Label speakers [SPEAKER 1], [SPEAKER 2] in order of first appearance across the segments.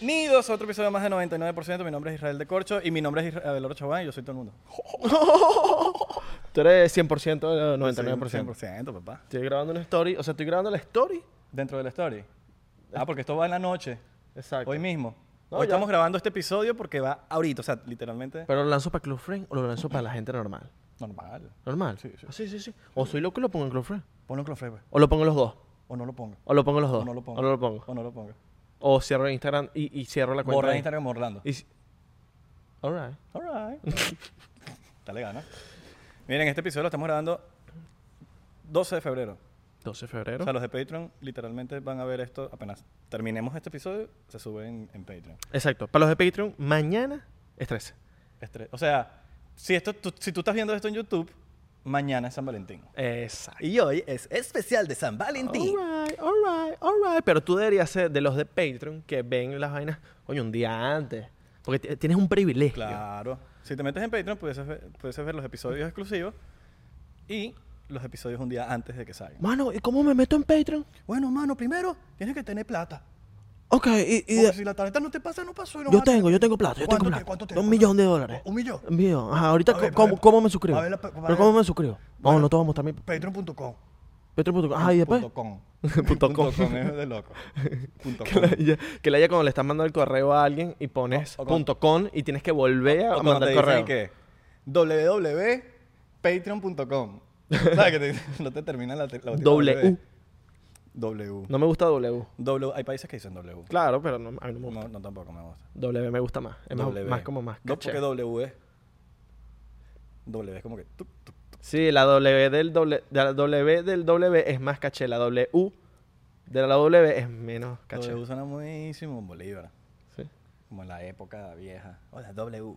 [SPEAKER 1] Bienvenidos a otro episodio más de 99%. Mi nombre es Israel de Corcho y mi nombre es Israel Oro Chabán y yo soy todo el mundo.
[SPEAKER 2] Tú eres 100% de los 99%.
[SPEAKER 1] 100%, papá.
[SPEAKER 2] Estoy grabando una story. O sea, estoy grabando la story.
[SPEAKER 1] Dentro de la story. Ah, porque esto va en la noche.
[SPEAKER 2] Exacto.
[SPEAKER 1] Hoy mismo.
[SPEAKER 2] No,
[SPEAKER 1] hoy
[SPEAKER 2] ya.
[SPEAKER 1] estamos grabando este episodio porque va ahorita. O sea, literalmente.
[SPEAKER 2] Pero lo lanzo para Club Friend o lo lanzo para la gente normal.
[SPEAKER 1] Normal.
[SPEAKER 2] ¿Normal?
[SPEAKER 1] Sí, sí.
[SPEAKER 2] Ah, sí, sí, sí. O soy loco y lo pongo en Club Friend.
[SPEAKER 1] Ponlo en Clofre, pues.
[SPEAKER 2] O lo pongo los dos.
[SPEAKER 1] O no lo ponga.
[SPEAKER 2] O lo pongo los dos.
[SPEAKER 1] O no lo ponga.
[SPEAKER 2] O no lo pongo.
[SPEAKER 1] O no lo ponga.
[SPEAKER 2] O cierro Instagram y, y cierro la cuenta.
[SPEAKER 1] Borra
[SPEAKER 2] ahí.
[SPEAKER 1] Instagram Orlando.
[SPEAKER 2] Y si- All right.
[SPEAKER 1] Alright. Dale gana. Miren, este episodio lo estamos grabando 12 de febrero.
[SPEAKER 2] 12 de febrero.
[SPEAKER 1] O sea, los de Patreon literalmente van a ver esto apenas terminemos este episodio, se sube en, en Patreon.
[SPEAKER 2] Exacto. Para los de Patreon, mañana es 13.
[SPEAKER 1] Es tres- O sea, si, esto, tú, si tú estás viendo esto en YouTube, mañana es San Valentín. Oh,
[SPEAKER 2] Exacto.
[SPEAKER 1] Y hoy es especial de San Valentín.
[SPEAKER 2] Alright, alright, alright. Pero tú deberías ser de los de Patreon que ven las vainas, coño, un día antes. Porque t- tienes un privilegio.
[SPEAKER 1] Claro. Si te metes en Patreon, pudieses ver, pudieses ver los episodios exclusivos y los episodios un día antes de que salgan.
[SPEAKER 2] Mano, ¿y cómo me meto en Patreon?
[SPEAKER 1] Bueno, mano, primero tienes que tener plata.
[SPEAKER 2] Ok, y, y-
[SPEAKER 1] Porque si la tarjeta no te pasa, no pasó. y no
[SPEAKER 2] yo
[SPEAKER 1] vas a-
[SPEAKER 2] tengo, yo tengo plata, yo tengo
[SPEAKER 1] ¿Cuánto
[SPEAKER 2] plata.
[SPEAKER 1] te- cuánto te-
[SPEAKER 2] un
[SPEAKER 1] cuánto-
[SPEAKER 2] millón de dólares.
[SPEAKER 1] ¿Un millón?
[SPEAKER 2] Un millón. Ajá, ahorita,
[SPEAKER 1] A ver,
[SPEAKER 2] ¿cómo,
[SPEAKER 1] a ver.
[SPEAKER 2] cómo me suscribo?
[SPEAKER 1] A ver la- a
[SPEAKER 2] ¿Pero
[SPEAKER 1] ver.
[SPEAKER 2] cómo me suscribo?
[SPEAKER 1] Bueno.
[SPEAKER 2] no, no te vamos a mostrar mi...
[SPEAKER 1] Patreon.com.
[SPEAKER 2] Patreon.com. Ajá, y después...
[SPEAKER 1] Punto com.
[SPEAKER 2] Punto com.
[SPEAKER 1] es de loco. Punto
[SPEAKER 2] Que
[SPEAKER 1] com.
[SPEAKER 2] la, haya, que la haya cuando le estás mandando el correo a alguien y pones
[SPEAKER 1] O- o con-
[SPEAKER 2] punto com y tienes que volver a
[SPEAKER 1] O cuando
[SPEAKER 2] mandar
[SPEAKER 1] te
[SPEAKER 2] el
[SPEAKER 1] dicen
[SPEAKER 2] correo.
[SPEAKER 1] que www.patreon.com. ¿Sabes? Que te- no te termina la, te- la última
[SPEAKER 2] W.
[SPEAKER 1] W.
[SPEAKER 2] No me gusta W.
[SPEAKER 1] W. Hay países que dicen W.
[SPEAKER 2] Claro, pero no, a mí no me gusta.
[SPEAKER 1] No, no tampoco me gusta.
[SPEAKER 2] W me gusta más. Es más,
[SPEAKER 1] W.
[SPEAKER 2] más como más.
[SPEAKER 1] No,
[SPEAKER 2] caché.
[SPEAKER 1] porque W es. W es como que. tup, tup.
[SPEAKER 2] Sí, la W del doble, de la W del W es más caché. La W de la W es menos caché.
[SPEAKER 1] W suena muchísimo en Bolívar.
[SPEAKER 2] Sí.
[SPEAKER 1] Como en la época vieja. Hola, W.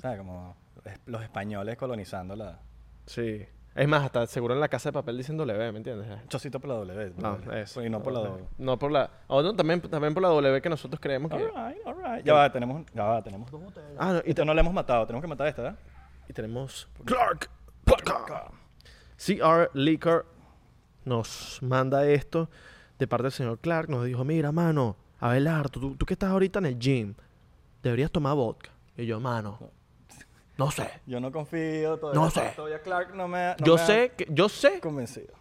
[SPEAKER 1] ¿Sabes? Como es- los españoles colonizando la.
[SPEAKER 2] Sí. Es más, hasta seguro en la casa de papel dicen W, ¿me entiendes?
[SPEAKER 1] Chocito por la W. W.
[SPEAKER 2] No, Ah, eso.
[SPEAKER 1] Ah, Pues, Y no por la W.
[SPEAKER 2] No por la. o no, también, también por la W que nosotros creemos que.
[SPEAKER 1] Alright, alright. Ya va, tenemos, ya va, tenemos dos botellas.
[SPEAKER 2] Ah, no, y,
[SPEAKER 1] Y te- no la hemos matado, tenemos que matar esta, ¿verdad?
[SPEAKER 2] y tenemos. Clark. Podcast. CR Liquor nos manda esto de parte del señor Clark. Nos dijo, mira, mano, Abelardo, tú, tú que estás ahorita en el gym, deberías tomar vodka. Y yo, mano, no sé.
[SPEAKER 1] Yo no confío todavía.
[SPEAKER 2] No sé.
[SPEAKER 1] Todavía Clark no me, no
[SPEAKER 2] yo
[SPEAKER 1] me ha
[SPEAKER 2] sé que, yo sé
[SPEAKER 1] convencido.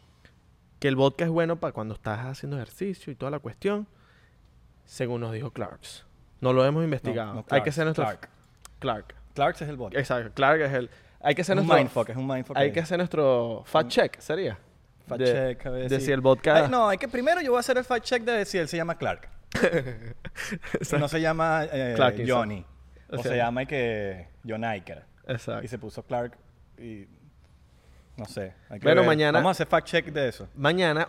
[SPEAKER 2] que el vodka es bueno para cuando estás haciendo ejercicio y toda la cuestión, según nos dijo Clarks. No lo hemos investigado.
[SPEAKER 1] no,
[SPEAKER 2] hay que
[SPEAKER 1] Clarks,
[SPEAKER 2] ser nuestro
[SPEAKER 1] Clark.
[SPEAKER 2] Clark.
[SPEAKER 1] Clark es el bot. Es
[SPEAKER 2] Exacto, Clark es el hay que ser
[SPEAKER 1] un
[SPEAKER 2] nuestro
[SPEAKER 1] mindfuck, es un mindfuck.
[SPEAKER 2] hay
[SPEAKER 1] ahí.
[SPEAKER 2] que hacer nuestro fact check, sería.
[SPEAKER 1] Mm. fact
[SPEAKER 2] de,
[SPEAKER 1] check, a ver
[SPEAKER 2] de si el vodka
[SPEAKER 1] Ay, no, hay que primero yo voy a hacer el fact check de si él se llama Clark. Si no se llama eh,
[SPEAKER 2] Clark, exacto.
[SPEAKER 1] Johnny. O,
[SPEAKER 2] O sea-
[SPEAKER 1] se llama y que John Iker. Y
[SPEAKER 2] Exacto.
[SPEAKER 1] se puso Clark y no sé. hay que
[SPEAKER 2] Bueno,
[SPEAKER 1] ver.
[SPEAKER 2] mañana-
[SPEAKER 1] Vamos a hacer fact check de eso.
[SPEAKER 2] Mañana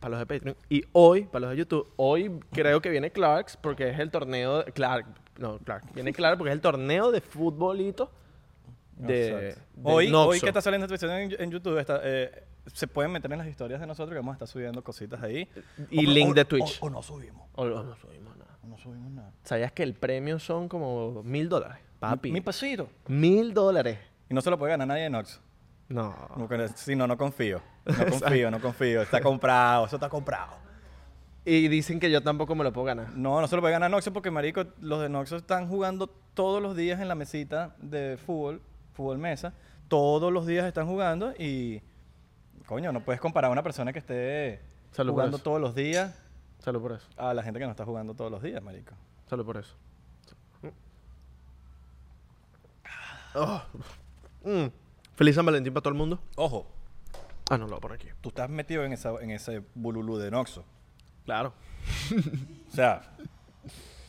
[SPEAKER 2] para los de Patreon y hoy para los de YouTube. Hoy creo que viene Clarks porque es el torneo de- Clark, no, Clark. Viene Clark porque es el torneo de futbolito de, de
[SPEAKER 1] Exacto. hoy, hoy
[SPEAKER 2] Noxo.
[SPEAKER 1] que está saliendo esta transmisión en, en YouTube, está, eh, se pueden meter en las historias de nosotros que vamos a estar subiendo cositas ahí.
[SPEAKER 2] Y
[SPEAKER 1] O-
[SPEAKER 2] link
[SPEAKER 1] o-
[SPEAKER 2] de Twitch.
[SPEAKER 1] O, o no subimos.
[SPEAKER 2] O- o no subimos nada.
[SPEAKER 1] O no subimos nada.
[SPEAKER 2] ¿Sabías que el premio son como mil dólares? Papi.
[SPEAKER 1] Mi pasito.
[SPEAKER 2] Mil dólares.
[SPEAKER 1] Y no se lo puede ganar nadie en Ox.
[SPEAKER 2] No.
[SPEAKER 1] Si no, no confío. No confío, no confío. Está comprado, eso está comprado.
[SPEAKER 2] Y dicen que yo tampoco me lo puedo ganar.
[SPEAKER 1] No, no se lo puede ganar Noxo porque, marico, los de Noxo están jugando todos los días en la mesita de fútbol, fútbol mesa. Todos los días están jugando y, coño, no puedes comparar a una persona que esté
[SPEAKER 2] Salud por
[SPEAKER 1] jugando
[SPEAKER 2] eso.
[SPEAKER 1] todos los días
[SPEAKER 2] Solo por eso.
[SPEAKER 1] a la gente que no está jugando todos los días, marico.
[SPEAKER 2] Solo por eso. Oh. Mm. Feliz San Valentín para todo el mundo.
[SPEAKER 1] Ojo,
[SPEAKER 2] Ah, no, lo voy a poner aquí.
[SPEAKER 1] tú estás metido en, esa, en ese bululú de Noxo.
[SPEAKER 2] Claro.
[SPEAKER 1] O sea,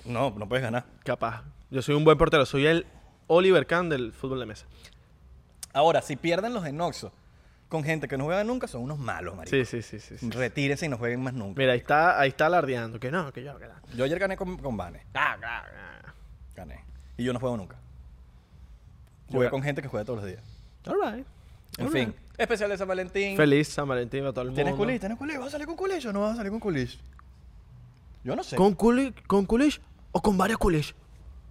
[SPEAKER 1] no, no puedes ganar.
[SPEAKER 2] Capaz. Yo soy un buen portero. Soy el Oliver Kahn del fútbol de mesa.
[SPEAKER 1] Ahora, si pierden los de Noxo con gente que no juega nunca, son unos malos, marico.
[SPEAKER 2] Sí, sí, sí, sí. sí.
[SPEAKER 1] Retírense y no jueguen más nunca.
[SPEAKER 2] Mira, ahí está, ahí está alardeando. Que no, que yo, que la-
[SPEAKER 1] Yo ayer gané con, con Vane.
[SPEAKER 2] Ah, claro, claro.
[SPEAKER 1] Gané. Y yo no juego nunca.
[SPEAKER 2] Yo
[SPEAKER 1] Jugué
[SPEAKER 2] ga-
[SPEAKER 1] con gente que juega todos los días.
[SPEAKER 2] All right.
[SPEAKER 1] En
[SPEAKER 2] All
[SPEAKER 1] fin.
[SPEAKER 2] right.
[SPEAKER 1] Especial de San Valentín.
[SPEAKER 2] Feliz San Valentín para todo el
[SPEAKER 1] ¿Tienes
[SPEAKER 2] mundo.
[SPEAKER 1] culis? ¿Tienes culis? ¿Vas a salir con culis o no vas a salir con culis? Yo no sé.
[SPEAKER 2] ¿Con culi, con culish o con varios culish?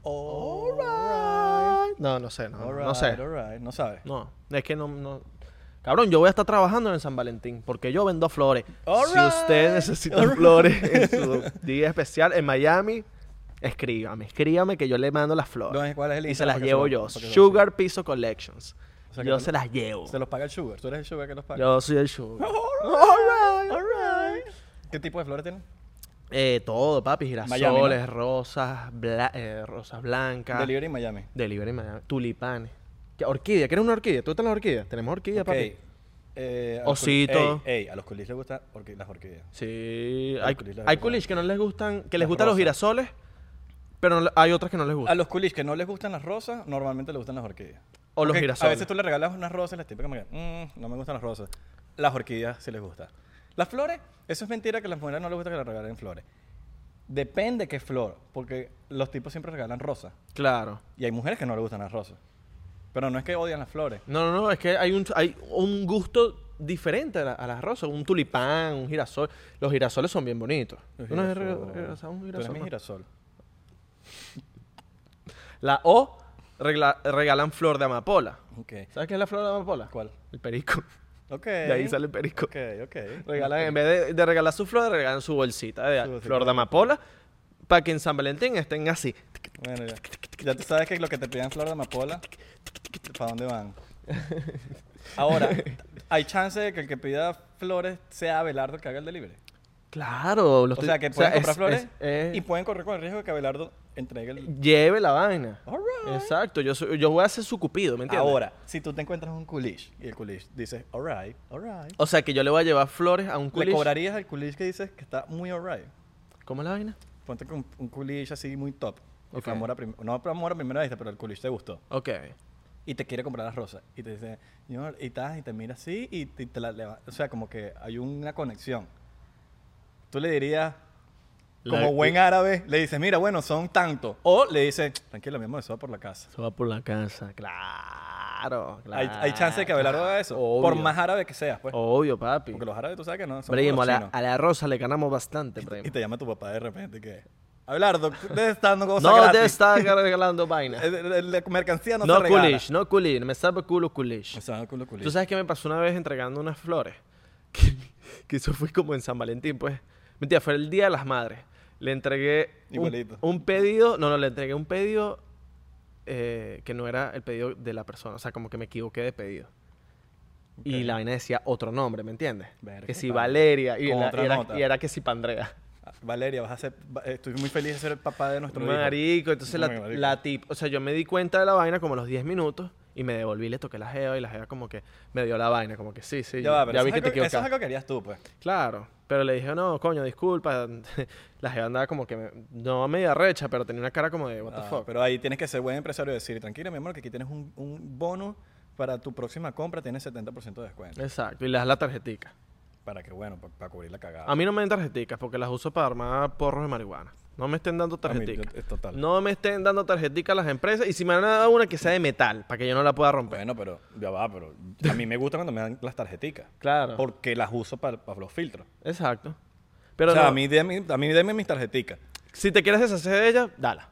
[SPEAKER 1] All right.
[SPEAKER 2] No, no sé, no,
[SPEAKER 1] All
[SPEAKER 2] no sé.
[SPEAKER 1] right, all right. No sabes.
[SPEAKER 2] No, es que no, no. Cabrón, yo voy a estar trabajando en San Valentín porque yo vendo flores.
[SPEAKER 1] All
[SPEAKER 2] Si usted
[SPEAKER 1] right.
[SPEAKER 2] necesita
[SPEAKER 1] All right.
[SPEAKER 2] flores en su día especial en Miami, escríbame, escríbame que yo le mando las flores.
[SPEAKER 1] ¿Dónde- ¿Cuál es el
[SPEAKER 2] Y se
[SPEAKER 1] Instagram
[SPEAKER 2] las
[SPEAKER 1] para que
[SPEAKER 2] llevo
[SPEAKER 1] lo-
[SPEAKER 2] yo.
[SPEAKER 1] para que se lo-
[SPEAKER 2] Sugar Piso Collections.
[SPEAKER 1] O sea que
[SPEAKER 2] yo
[SPEAKER 1] te-
[SPEAKER 2] se las llevo.
[SPEAKER 1] Se los paga el Sugar. ¿Tú eres el Sugar que los paga?
[SPEAKER 2] Yo soy el Sugar.
[SPEAKER 1] Alright, alright. ¿Qué tipo de flores tienen?
[SPEAKER 2] Eh, todo, papi. Girasoles,
[SPEAKER 1] Miami, ¿no?
[SPEAKER 2] rosas, bla- eh, rosas blancas.
[SPEAKER 1] Delivery en Miami.
[SPEAKER 2] Delivery en Miami. Tulipanes. ¿Qué, orquídea. ¿Quieres una orquídea? ¿Tú estás en la orquídea? Tenemos orquídea,
[SPEAKER 1] Ok.
[SPEAKER 2] papi.
[SPEAKER 1] Eh, a los
[SPEAKER 2] Osito.
[SPEAKER 1] culis- Ey, ey, a los culis les gustan orqui- las orquídeas.
[SPEAKER 2] Sí.
[SPEAKER 1] Los
[SPEAKER 2] Hay,
[SPEAKER 1] culis les
[SPEAKER 2] hay
[SPEAKER 1] gustan.
[SPEAKER 2] culis que no les gustan, que les
[SPEAKER 1] Las
[SPEAKER 2] gustan los
[SPEAKER 1] rosas.
[SPEAKER 2] girasoles, pero no le- hay otras que no les
[SPEAKER 1] A
[SPEAKER 2] gustan.
[SPEAKER 1] los culis que no les gustan las rosas, normalmente les gustan las orquídeas.
[SPEAKER 2] O los
[SPEAKER 1] Porque
[SPEAKER 2] girasoles.
[SPEAKER 1] A veces tú le regalas unas rosas y las típicas como que, "Mm, no me gustan las rosas. Las orquídeas sí les gustan. Las flores, eso es mentira que a las mujeres no les gusta que les regalen flores. Depende qué flor, porque los tipos siempre regalan rosas.
[SPEAKER 2] Claro.
[SPEAKER 1] Y hay mujeres que no les gustan las rosas. Pero no es que odian las flores.
[SPEAKER 2] No, no, no, es que hay un, hay un gusto diferente a, la- a las rosas. Un tulipán, un girasol. Los girasoles son bien bonitos.
[SPEAKER 1] Los
[SPEAKER 2] Tú no has
[SPEAKER 1] girasoles.
[SPEAKER 2] re- regresado a un
[SPEAKER 1] Tú eres
[SPEAKER 2] girasol,
[SPEAKER 1] mi
[SPEAKER 2] ¿no?
[SPEAKER 1] girasol.
[SPEAKER 2] La O regla- regalan flor de amapola.
[SPEAKER 1] Ok.
[SPEAKER 2] ¿Sabes qué es la flor de amapola?
[SPEAKER 1] ¿Cuál?
[SPEAKER 2] El perico.
[SPEAKER 1] Ok.
[SPEAKER 2] De ahí sale el perico.
[SPEAKER 1] Ok, ok.
[SPEAKER 2] Regalan, en vez de, de regalar su flor, regalan su bolsita de
[SPEAKER 1] Su bolsita
[SPEAKER 2] flor
[SPEAKER 1] de
[SPEAKER 2] de amapola para que en San Valentín estén así.
[SPEAKER 1] Bueno, ya. Ya tú sabes que lo que te piden flor de amapola, ¿para dónde van? Ahora, ¿hay chance de que el que pida flores sea Abelardo el que haga el delivery?
[SPEAKER 2] Claro. los
[SPEAKER 1] O
[SPEAKER 2] tu-
[SPEAKER 1] sea, que pueden comprar
[SPEAKER 2] es-
[SPEAKER 1] flores
[SPEAKER 2] es- es-
[SPEAKER 1] y pueden correr con el riesgo de que Abelardo entregue el...
[SPEAKER 2] lleve la vaina.
[SPEAKER 1] All right.
[SPEAKER 2] Exacto. Yo, soy- yo voy a ser su cupido, ¿me entiendes?
[SPEAKER 1] Ahora, si tú te encuentras un culish y el culish dice, alright, alright,
[SPEAKER 2] O sea, que yo le voy a llevar flores a un
[SPEAKER 1] ¿le
[SPEAKER 2] culish.
[SPEAKER 1] cobrarías al culish que dices que está muy alright?
[SPEAKER 2] ¿Cómo es la vaina?
[SPEAKER 1] Ponte con un culish así muy top. Y
[SPEAKER 2] Ok.
[SPEAKER 1] fue amor a prim- no fue amor a primera vista, pero el culish te gustó.
[SPEAKER 2] Ok.
[SPEAKER 1] y te quiere comprar las rosas y te dice "Señor", y tal y te mira así y te, y te la leva- o sea como que hay una conexión tú le dirías como
[SPEAKER 2] La-
[SPEAKER 1] buen árabe le dices mira bueno son tanto o le dices tranquilo mi amor eso va por la casa
[SPEAKER 2] Eso va por la casa. Claro. claro
[SPEAKER 1] hay, hay chance de que Abelardo haga eso
[SPEAKER 2] Obvio.
[SPEAKER 1] por más árabe que seas pues
[SPEAKER 2] Obvio, papi.
[SPEAKER 1] porque los árabes tú sabes que no son
[SPEAKER 2] Primo,
[SPEAKER 1] como
[SPEAKER 2] a
[SPEAKER 1] los
[SPEAKER 2] la,
[SPEAKER 1] chinos.
[SPEAKER 2] a la rosa le ganamos bastante,
[SPEAKER 1] y
[SPEAKER 2] primo.
[SPEAKER 1] te llama tu papá de repente que Abelardo debe estar dando cosas
[SPEAKER 2] No
[SPEAKER 1] gratis
[SPEAKER 2] te está regalando vaina.
[SPEAKER 1] Eh, eh, la mercancía no,
[SPEAKER 2] No
[SPEAKER 1] se regala
[SPEAKER 2] coolish, no coolish. Me sabe culo coolish.
[SPEAKER 1] O sea, culo culish.
[SPEAKER 2] Tú sabes que me pasó una vez entregando unas flores. Que, que eso fue como en San Valentín, pues. Mentira, fue el Día de las Madres. Le entregué un-
[SPEAKER 1] Igualito.
[SPEAKER 2] Un, pedido. No, no, le entregué un pedido eh, que no era el pedido de la persona. O sea, como que me equivoqué de pedido. Y
[SPEAKER 1] Ok.
[SPEAKER 2] la vaina decía otro nombre, ¿me entiendes?
[SPEAKER 1] Verga,
[SPEAKER 2] que si
[SPEAKER 1] pana.
[SPEAKER 2] Valeria. Y,
[SPEAKER 1] Con
[SPEAKER 2] la-
[SPEAKER 1] otra
[SPEAKER 2] y era,
[SPEAKER 1] nota.
[SPEAKER 2] y era que si Pandrea.
[SPEAKER 1] Ah, Valeria vas a ser va- eh, estoy muy feliz de ser el papá de nuestro hijo.
[SPEAKER 2] Marico, entonces la,
[SPEAKER 1] Muy marico.
[SPEAKER 2] la tip, o sea, yo me di cuenta de la vaina como a los 10 minutos y me devolví, le toqué la jeva y la jeva como que me dio la vaina, como que sí, sí,
[SPEAKER 1] Ya
[SPEAKER 2] yo-
[SPEAKER 1] va, pero eso
[SPEAKER 2] vi
[SPEAKER 1] es
[SPEAKER 2] que te
[SPEAKER 1] algo- Eso es
[SPEAKER 2] equivocaste.
[SPEAKER 1] algo que harías tú, pues.
[SPEAKER 2] Claro, pero le dije, no, coño, disculpa, la jeva andaba como que, me- no media recha, pero tenía una cara como de, what the
[SPEAKER 1] Ah,
[SPEAKER 2] fuck.
[SPEAKER 1] Pero ahí tienes que ser buen empresario y decir, tranquila, mi amor, que aquí tienes un, un bono para tu próxima compra, tienes 70% de descuento.
[SPEAKER 2] Exacto, y le das la tarjetica.
[SPEAKER 1] Para que, bueno, para, cubrir la cagada.
[SPEAKER 2] A mí no me den tarjeticas porque las uso para armar porros de marihuana. No me estén dando
[SPEAKER 1] A mí, yo-
[SPEAKER 2] tarjeticas.
[SPEAKER 1] es total.
[SPEAKER 2] No me estén dando tarjeticas a las empresas y si me van a dar una que sea de metal, para que yo no la pueda romper.
[SPEAKER 1] Bueno, pero ya va, pero a mí me gusta cuando me dan las tarjeticas.
[SPEAKER 2] Claro.
[SPEAKER 1] Porque las uso para, los filtros.
[SPEAKER 2] Exacto. Pero
[SPEAKER 1] o sea,
[SPEAKER 2] no-
[SPEAKER 1] a, mí, deme- a mí deme mis tarjeticas.
[SPEAKER 2] Si te quieres deshacer de ella, dala.